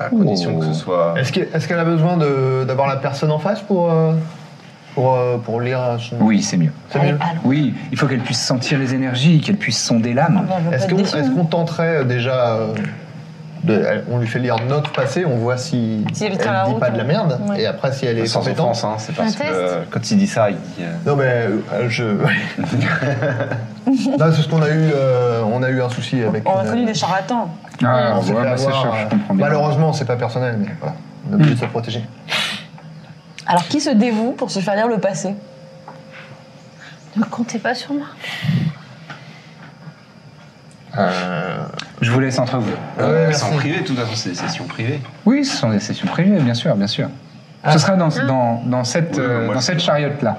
À condition que ce soit. Oh.
Est-ce que- est-ce qu'elle a besoin de- d'avoir la personne en face pour. euh, pour, euh, pour lire son.
Oui, c'est mieux.
C'est
Allez,
mieux.
Ah,
allons.
Oui, il faut qu'elle puisse sentir les énergies, qu'elle puisse sonder l'âme.
Bah,
Est-ce qu'on
hein.
est-ce qu'on tenterait euh, déjà. euh, de- elle- on lui fait lire notre passé, on voit si,
Si elle
elle dit
tient la route,
pas de la
hein.
merde,
Ouais.
et après si elle est
Sans
compétente.
offense, hein, c'est parce que
test
euh, quand il dit ça, il. euh,
Non mais euh, je. non, c'est ce qu'on a eu. euh, on a eu un souci avec.
On a
une-
connu des charlatans.
Ah,
on s'est
ouais,
fait
bah, ça,
avoir,
je,
euh,
je comprends bien.
Malheureusement, c'est pas personnel, mais voilà. On a obligé de se protéger.
Alors, qui se dévoue pour se faire lire le passé
Ne comptez pas sur moi.
Je vous laisse entre vous.
euh,
Ouais,
c'est en
merci.
privé, de toute façon, c'est des sessions privées.
Oui, ce sont des sessions privées, bien sûr, bien sûr. Ce sera
Ah.
dans, dans, dans cette,
Oui,
euh,
moi,
dans
je
cette
sais pas.
chariote-là.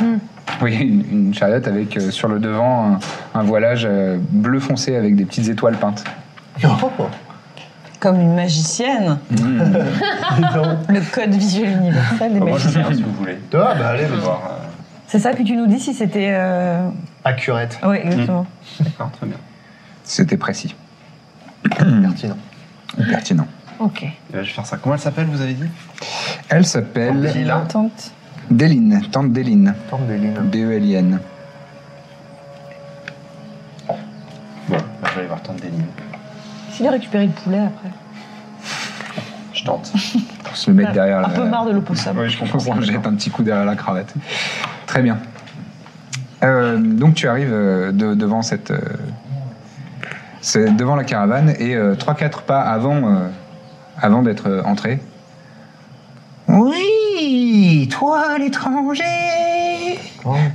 Hmm.
Oui, une, une chariote avec euh, sur le devant un, un voilage euh, bleu foncé avec des petites étoiles peintes.
Comme une magicienne. Le code visuel universel des
Bah, moi, je
magiciens.
viens si vous voulez.
Tu vois, bah allez,
Je vais
vas-y.
voir. euh,
C'est ça, puis tu nous dis si c'était. euh,
Accurate,
Oui, exactement.
D'accord, très bien.
C'était précis,
pertinent.
pertinent.
Ok.
Et là, je vais faire ça. Comment elle s'appelle, vous avez dit
Elle s'appelle
Lila,
Tente.
Déline, tante Déline,
tente des lignes.
E B-E-L-I-N.
Bon, bah, je vais aller voir tante Déline.
S'il a récupéré le poulet après.
Je tente.
Pour se le mettre derrière la-
Un peu marre de l'opossum.
Oui, je comprends qu'on jette un petit coup derrière la cravate. Très bien. Euh, donc tu arrives euh, de- devant cette, euh, c'est devant la caravane et 3-4 pas avant, euh, avant d'être euh, entré. Oui, toi l'étranger,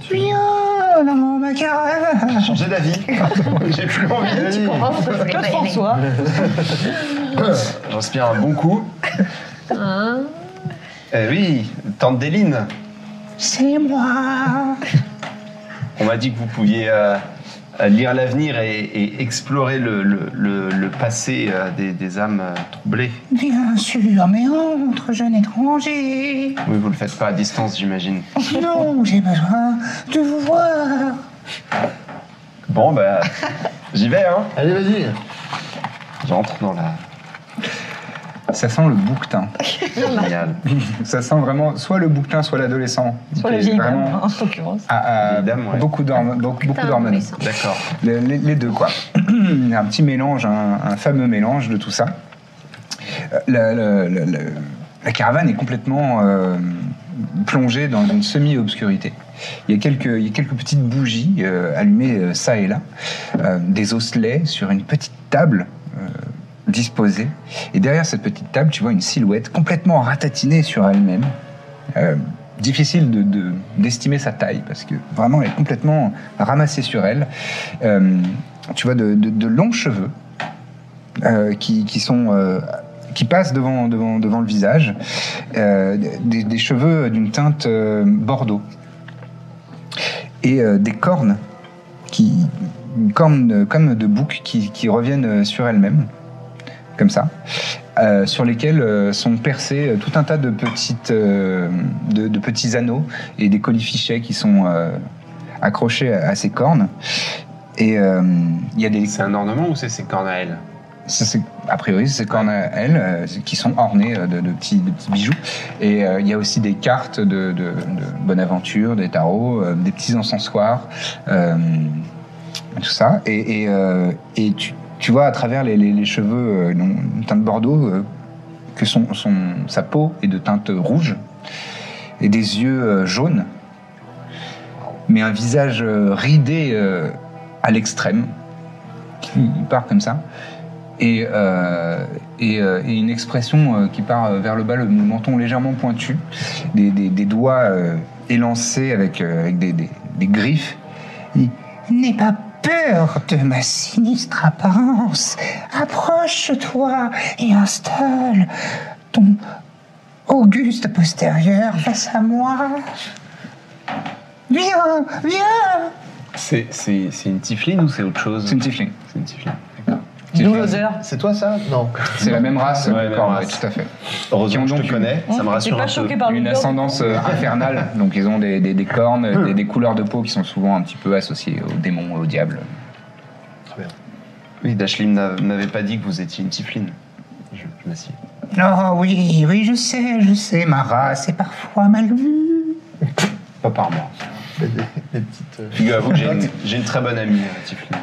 viens dans ma caravane.
Changer d'avis. J'ai plus envie d'avis.
Hmm.
Claude François.
J'inspire un bon coup.
Ah.
Eh oui, tante Déline.
C'est moi.
On m'a dit que vous pouviez euh, lire l'avenir et, et explorer le, le- le- le passé euh, des, des âmes euh, troublées.
Bien sûr, mais entre jeune étranger.
Oui, vous le faites pas à distance, j'imagine.
Non, j'ai besoin de vous voir.
Bon, bah, j'y vais, hein.
Allez, vas-y.
J'entre dans la.
Ça sent le bouquetin.
Génial.
Ça sent vraiment soit le bouquetin, soit l'adolescent.
Sur la
Et
vieille dame,
vraiment,
en l'occurrence.
ah, ah,
Vieille dame, ouais.
Beaucoup d'hormones. donc Beaucoup d'hormones.
adolescent.
D'accord.
Les, les- les deux, quoi. un petit mélange, un, un fameux mélange de tout ça. Euh, La, la- la- la- la caravane est complètement euh, plongée dans une semi-obscurité. Il y, a quelques, il y a quelques petites bougies euh, allumées euh, ça et là, euh, des osselets sur une petite table euh, disposée. Et derrière cette petite table, tu vois une silhouette complètement ratatinée sur elle-même. Euh, difficile de- de- d'estimer sa taille parce que vraiment elle est complètement ramassée sur elle. Euh, tu vois de, de- de longs cheveux euh, qui, qui sont euh, qui passent devant devant devant le visage, Euh, des, des cheveux d'une teinte euh, bordeaux et euh, des cornes qui cornes comme de bouc qui, qui reviennent euh, sur elle-même comme ça euh, sur lesquels euh, sont percés euh, tout un tas de, petites, euh, de, de petits anneaux et des colifichets qui sont euh, accrochés à, à ces cornes. Et euh, il y a des.
C'est un ornement ou c'est ses cornes à elle
ça, c'est- a priori, ces cornes, à elles, euh, qui sont ornées euh, de, de petits, de petits bijoux. Et euh, il y a aussi des cartes de, de, de Bonaventure, des tarots, euh, des petits encensoirs, euh, tout ça. Et, et, euh, et tu, tu vois à travers les, les- les cheveux euh, non, teint de bordeaux euh, que son, son, sa peau est de teinte rouge et des yeux euh, jaunes, mais un visage euh, ridé euh, à l'extrême qui part comme ça et, euh, et, euh, et une expression euh, qui part euh, vers le bas, le menton légèrement pointu, des, des- des doigts euh, élancés avec, euh, avec des, des- des griffes. Il dit, N'aie pas peur de ma sinistre apparence. Approche-toi et installe ton auguste postérieur face à moi. Viens, viens
C'est c'est- c'est une tifline ou c'est autre chose
C'est une tiefling.
C'est une tifline.
D'où l'odeur.
C'est toi ça Non.
C'est la même race
Ouais,
que
même
Corbe,
race.
tout à fait.
Heureusement,
Qui ont
je
donc
te
une-
connais. Ça me
T'es
rassure
pas
un peu.
choqué par
une
l'odeur
ascendance euh, infernale. Donc ils ont des, des- des cornes, des, des couleurs de peau qui sont souvent un petit peu associées aux démons, au diable.
Oui, Dashlim n'a- m'avait pas dit que vous étiez une tifline. Je, je m'assieds.
Oh oui, oui, je sais, je sais, ma race est parfois mal vue. Pas par moi.
Des, des- des petites. euh,
Figurez-vous que j'ai une, j'ai une très bonne amie, euh, Tiflin.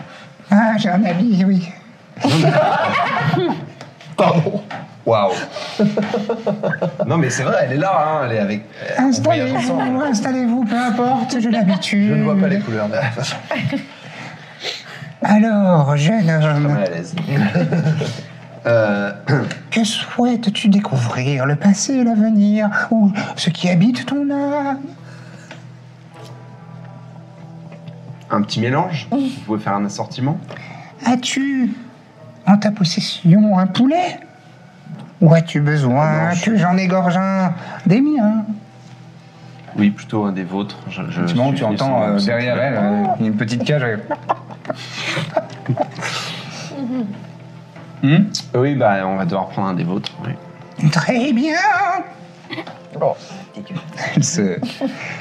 Ah, j'ai un ami, oui.
Pardon.
Waouh Non mais c'est vrai, elle est là, hein, elle est avec... euh, on voyage ensemble.
installez-vous, peu importe, j'ai l'habitude.
Je ne vois pas les couleurs de toute façon.
Alors, jeune
Pas
homme,
mal à l'aise. Euh,
que souhaites-tu découvrir Le passé, l'avenir, ou ce qui habite ton âme
un petit mélange Vous pouvez faire un assortiment
As-tu en ta possession un poulet Ou as-tu besoin que j'en égorge un des miens
Oui, plutôt un des vôtres. Je, je
Effectivement,
suis-
tu entends
son-
euh,
son-
derrière elle euh, une petite cage. avec- Hmm
Oui, bah on va devoir prendre un des vôtres. oui.
Très bien Oh, elle, se,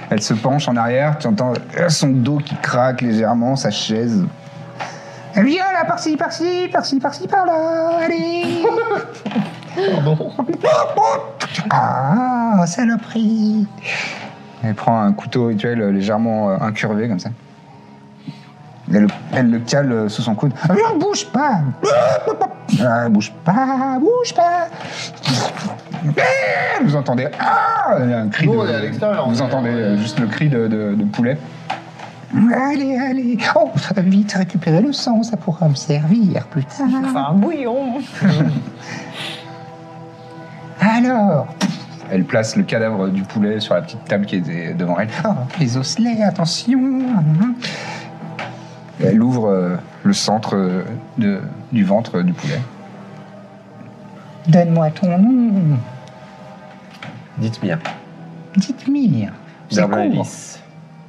elle se penche en arrière, tu entends euh, son dos qui craque légèrement, sa chaise. Viens là, par-ci, par-ci, par-ci, par-ci, par-là, allez Ah, saloperie Elle prend un couteau rituel euh, légèrement euh, incurvé comme ça. Elle, le- elle le cale euh, sous son coude. Viens, bouge pas Ah, Bouge pas, bouge pas Eh, Vous entendez ah, un cri
Nous,
de-
on est à l'extérieur,
Vous
on est-
entendez euh, juste le cri de, de- de poulet. Allez, allez Oh, vite récupérer le sang, ça pourra me servir plus tard.
Enfin, un Ah, bouillon.
Alors Elle place le cadavre du poulet sur la petite table qui était devant elle. Oh, les osselets, attention Elle ouvre euh, le centre euh, de- du ventre du poulet. Donne-moi ton nom,
Dites-moi.
dites-moi. C'est
Berlin
court.
Hélice.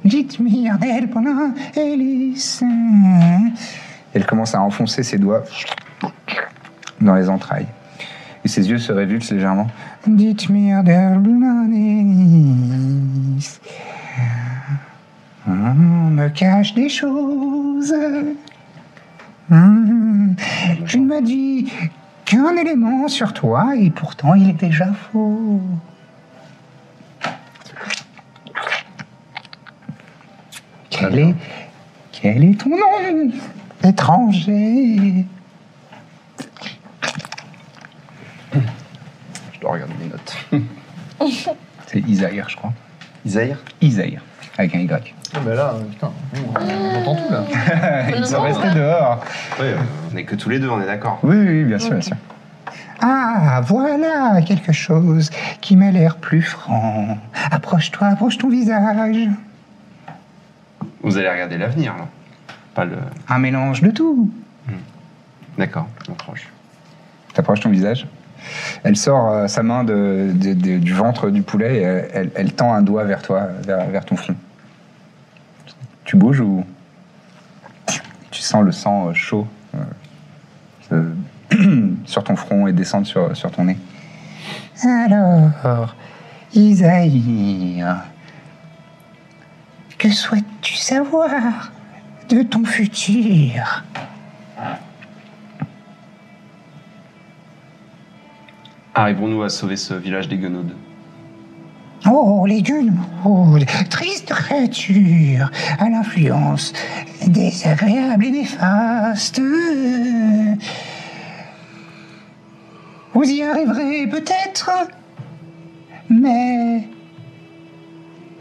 Dites-moi, del Polin, Hélice. Elle commence à enfoncer ses doigts dans les entrailles. Et ses yeux se révulsent légèrement. Dites-moi, del Polin, Hélice. Hum, me cache des choses. Hum, tu ne m'as dit qu'un élément sur toi et pourtant il est déjà faux. Quel est, quel est ton nom Étranger. Je dois regarder mes notes. C'est Isaïr, je crois.
Isaïr
Isaïr, avec un Y.
Non, mais là, euh, putain, on, on entend tout là.
Ils sont restés dehors.
Oui, euh, on n'est que tous les deux, on est d'accord.
Oui, oui, bien sûr, bien sûr. Ah, voilà quelque chose qui m'a l'air plus franc. Approche-toi, approche ton visage.
Vous allez regarder l'avenir, là. Pas le...
Un mélange de tout.
D'accord, on tranche.
T'approches ton visage. Elle sort euh, sa main de- de- de- du ventre du poulet et elle, elle- elle tend un doigt vers toi, vers, vers ton front. Tu bouges ou tu sens le sang euh, chaud euh, se- sur ton front et descendre sur, sur ton nez. Alors, Isaïr, que souhaites-tu savoir de ton futur
Arriverons-nous à sauver ce village des guenaudes
Oh, les dunes, oh, triste créature, à l'influence désagréable et néfaste. Vous y arriverez peut-être, mais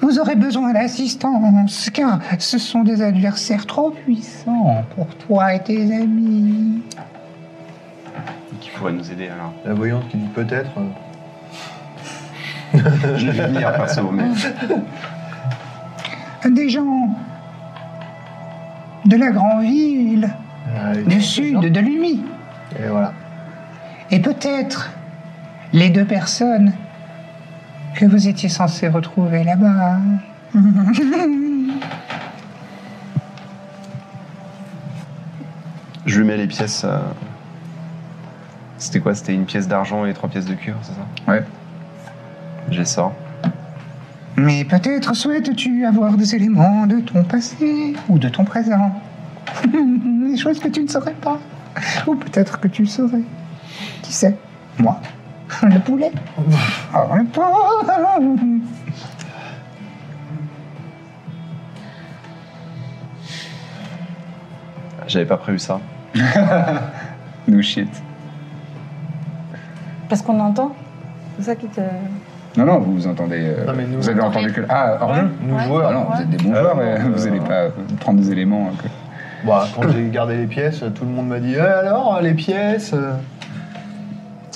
vous aurez besoin d'assistance, car ce sont des adversaires trop puissants pour toi et tes amis.
Qui pourrait nous aider, alors
La voyante qui dit peut-être. euh,
Je l'ai vu venir, perso, mais...
Des gens de la grande ville,
allez.
du sud de l'Umi.
Et voilà.
Et peut-être les deux personnes que vous étiez censés retrouver là-bas.
Je lui mets les pièces... euh, C'était quoi C'était une pièce d'argent et trois pièces de cuir, c'est ça
Ouais.
Je les sors.
Mais peut-être souhaites-tu avoir des éléments de ton passé ou de ton présent. des choses que tu ne saurais pas. Ou peut-être que tu le saurais. Qui sait Moi Le poulet Oh, le pauvre
j'avais pas prévu ça.
No shit.
Parce qu'on entend C'est ça qui te.
Non, non, vous vous entendez. euh,
Non, mais nous,
vous avez
on
entendu que. Ah, hors jeu
Nous
Ouais.
Ah
joueurs.
non,
Ouais.
vous êtes des bons
Ah,
joueurs,
non,
mais
euh,
vous allez pas euh, prendre des éléments. euh, que-
Bah, quand j'ai gardé les pièces, tout le monde m'a dit Eh alors, les pièces euh,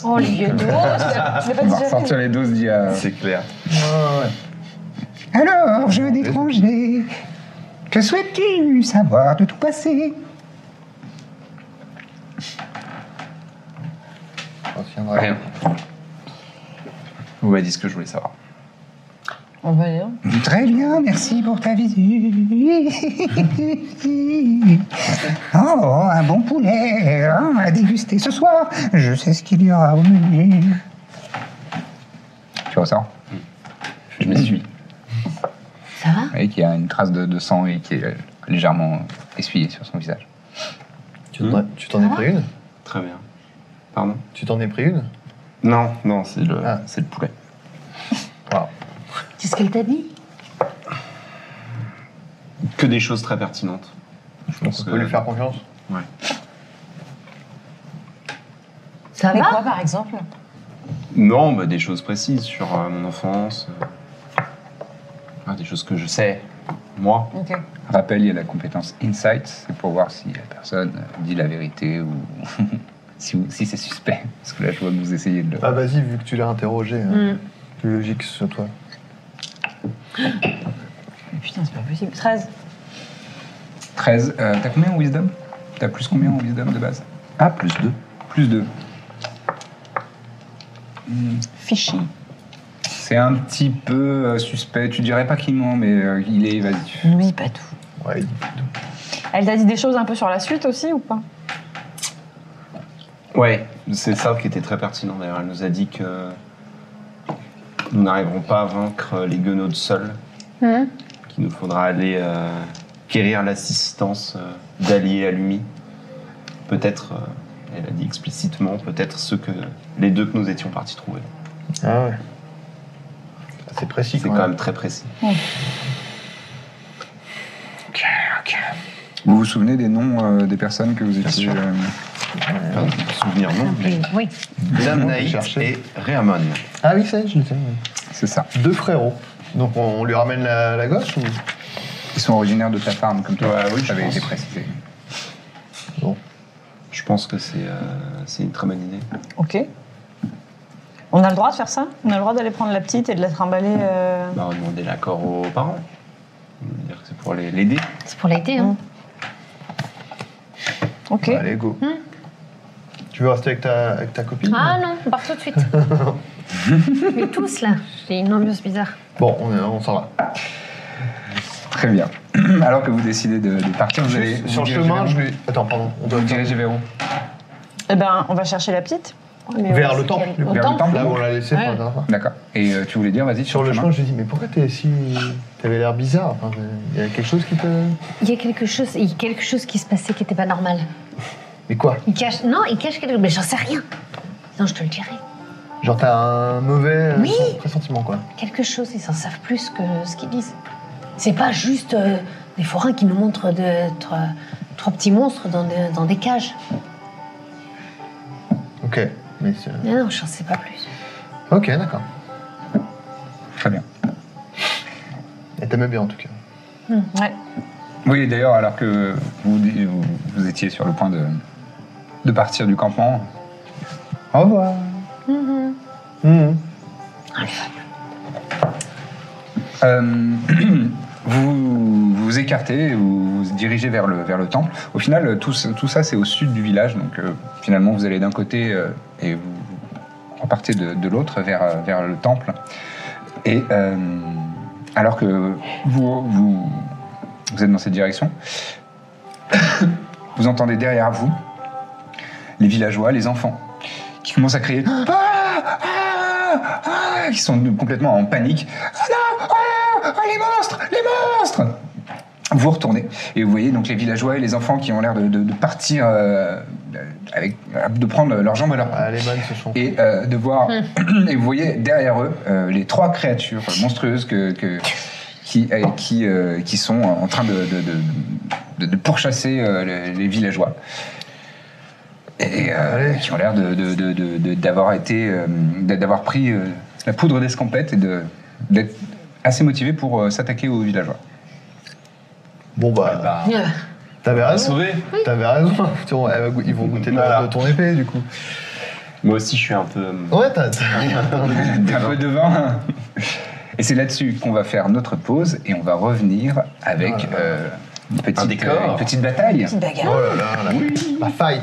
Oh, les gueux d'eau Tu l'as pas
On va
déjà fait
ressortir les doses d'il y a.
C'est clair.
ouais, ah, ouais, ouais.
Alors, jeu d'étranger, que souhaites-tu savoir de tout passé
Je retiendrai.
Vous m'avez dit ce que je voulais savoir.
On va aller. hein.
Très bien, merci pour ta visite. Oh, un bon poulet hein, à déguster ce soir. Je sais ce qu'il y aura au menu.
Tu ressors
Je m'y suis.
Ça va
Et qu'il y a une trace de, de sang et qui est euh, légèrement essuyée sur son visage.
Tu t'en as- tu t'en es pris une
Très bien. Pardon
Tu t'en es pris une
Non, non, c'est le,
Ah.
c'est le poulet.
Waouh.
Qu'est-ce qu'elle t'a dit
Que des choses très pertinentes. Je pense euh,
On peut lui faire confiance
Ouais.
Ça
Mais
va
quoi, par exemple
Non, bah, des choses précises sur euh, mon enfance. euh, ah, des choses que je sais, moi.
Ok.
Rappel, il y a la compétence Insight, c'est pour voir si la personne euh, dit la vérité ou si, vous- si c'est suspect. Parce que là, je vois que vous essayez de le.
Bah, vas-y, vu que tu l'as interrogé, hein, plus logique que ce soit toi.
Putain, c'est pas possible. 13.
13. euh, T'as combien en Wisdom T'as plus combien en Wisdom de base
Ah, plus deux.
Plus 2.
Fichi.
C'est un petit peu euh, suspect. Tu dirais pas qu'il ment, mais euh, il est évasif.
Ne me dis pas tout.
Ouais,
Elle t'a dit des choses un peu sur la suite aussi ou pas
Ouais, c'est ça qui était très pertinent d'ailleurs. Elle nous a dit que nous n'arriverons pas à vaincre les guenaudes seuls,
Hmm.
qu'il nous faudra aller euh, quérir l'assistance euh, d'alliés à l'UMI. Peut-être, euh, elle a dit explicitement, peut-être ceux que les deux que nous étions partis trouver.
Ah ouais. C'est précis
C'est
quand,
quand
même.
même très précis.
Vous vous souvenez des noms euh, des personnes que vous étiez.
sûr.
euh,
Enfin, souvenir non, mais
Oui.
Dame Naït
chercher.
et Réamon.
Ah oui, c'est, je le sais.
C'est ça.
Deux frérots. Donc on, on lui ramène la, la gosse ou
Ils sont originaires de ta farm, comme toi.
Ouais, oui,
ça
je
avait
pense.
été précisé.
Je pense que c'est euh, c'est une très bonne idée.
Ok. On a le droit de faire ça On a le droit d'aller prendre la petite et de la trimballer euh,
Bah, on va demander l'accord aux parents. On va dire que c'est pour les- l'aider.
C'est pour l'aider. Hein.
Ok.
Allez, go. Tu veux rester avec ta, avec ta copine
Ah non, on part tout de suite. Mais tous là, j'ai une ambiance bizarre.
Bon, on, on s'en va.
Très bien. Hmm, Alors que vous décidez de, de partir, vous allez.
Juste
vous
sur le
dirigez
chemin,
vers-
je lui. Attends, pardon. On doit
Vous dirigez vers où
Eh ben, on va chercher la petite.
Oh,
vers le temple. du coup.
Vers le temple
Là où on l'a laissé.
Ouais.
pour la dernière fois.
D'accord. Et euh, tu voulais dire, vas-y,
hein. Sur le chemin, je lui ai dit mais pourquoi t'es si. T'avais l'air bizarre. Enfin, Il y a quelque chose qui te.
Il y a quelque chose, il y a quelque chose qui se passait qui n'était pas normal.
Mais quoi
Il cache, non, il cache quelque chose, mais j'en sais rien. Non, je te le dirai.
Genre t'as un mauvais euh,
Oui.
sen- pressentiment quoi.
Quelque chose, ils en savent plus que ce qu'ils disent. C'est pas juste euh, des forains qui nous montrent de, trois, trois petits monstres dans, des- dans des cages.
Ok. Mais c'est-
Non, non, j'en sais pas plus.
Ok, d'accord.
Très bien.
Et t'aimes bien en tout cas.
Ouais.
Oui, d'ailleurs, alors que vous, vous, vous étiez sur le point de, de partir du campement,
Au revoir.
Mm-hmm.
Mhm.
Euh, vous vous écartez, vous vous dirigez vers le, vers le temple. Au final, tout, ce- tout ça, c'est au sud du village. Donc, euh, finalement, vous allez d'un côté euh, et vous repartez de, de l'autre vers, euh, vers le temple. Et euh, alors que vous, vous, vous êtes dans cette direction, vous entendez derrière vous les villageois, les enfants, qui commencent à crier Ah Ah Ah qui sont complètement en panique. Ah non Ah Ah, les monstres Les monstres Vous retournez et vous voyez donc les villageois et les enfants qui ont l'air de, de- de partir, euh, avec, de prendre leurs jambes à leur
Ah, les bonnes se sont.
et euh, de voir et vous voyez derrière eux euh, les trois créatures monstrueuses que, que- qui euh, qui, euh, qui sont en train de, de- de- de, de pourchasser euh, les, les villageois. Et euh, qui ont l'air de- de- de- de- de- d'avoir été, euh, d'a- d'avoir pris euh, la poudre d'escampette et de- d'être assez motivés pour euh, s'attaquer aux villageois.
Bon bah,
Bah,
t'avais
à
raison.
sauver.
T'avais raison. Tu vois, elle va go- Ils vont goûter de-
Voilà.
de ton épée du coup.
Moi aussi, je suis un peu. hum,
Ouais, t'as. t'as- Oh
Un peu de vin. Et c'est là-dessus qu'on va faire notre pause et on va revenir avec euh, une, petite,
décor.
euh, une petite bataille.
Petite bagarre.
Oh là là, la, la fight.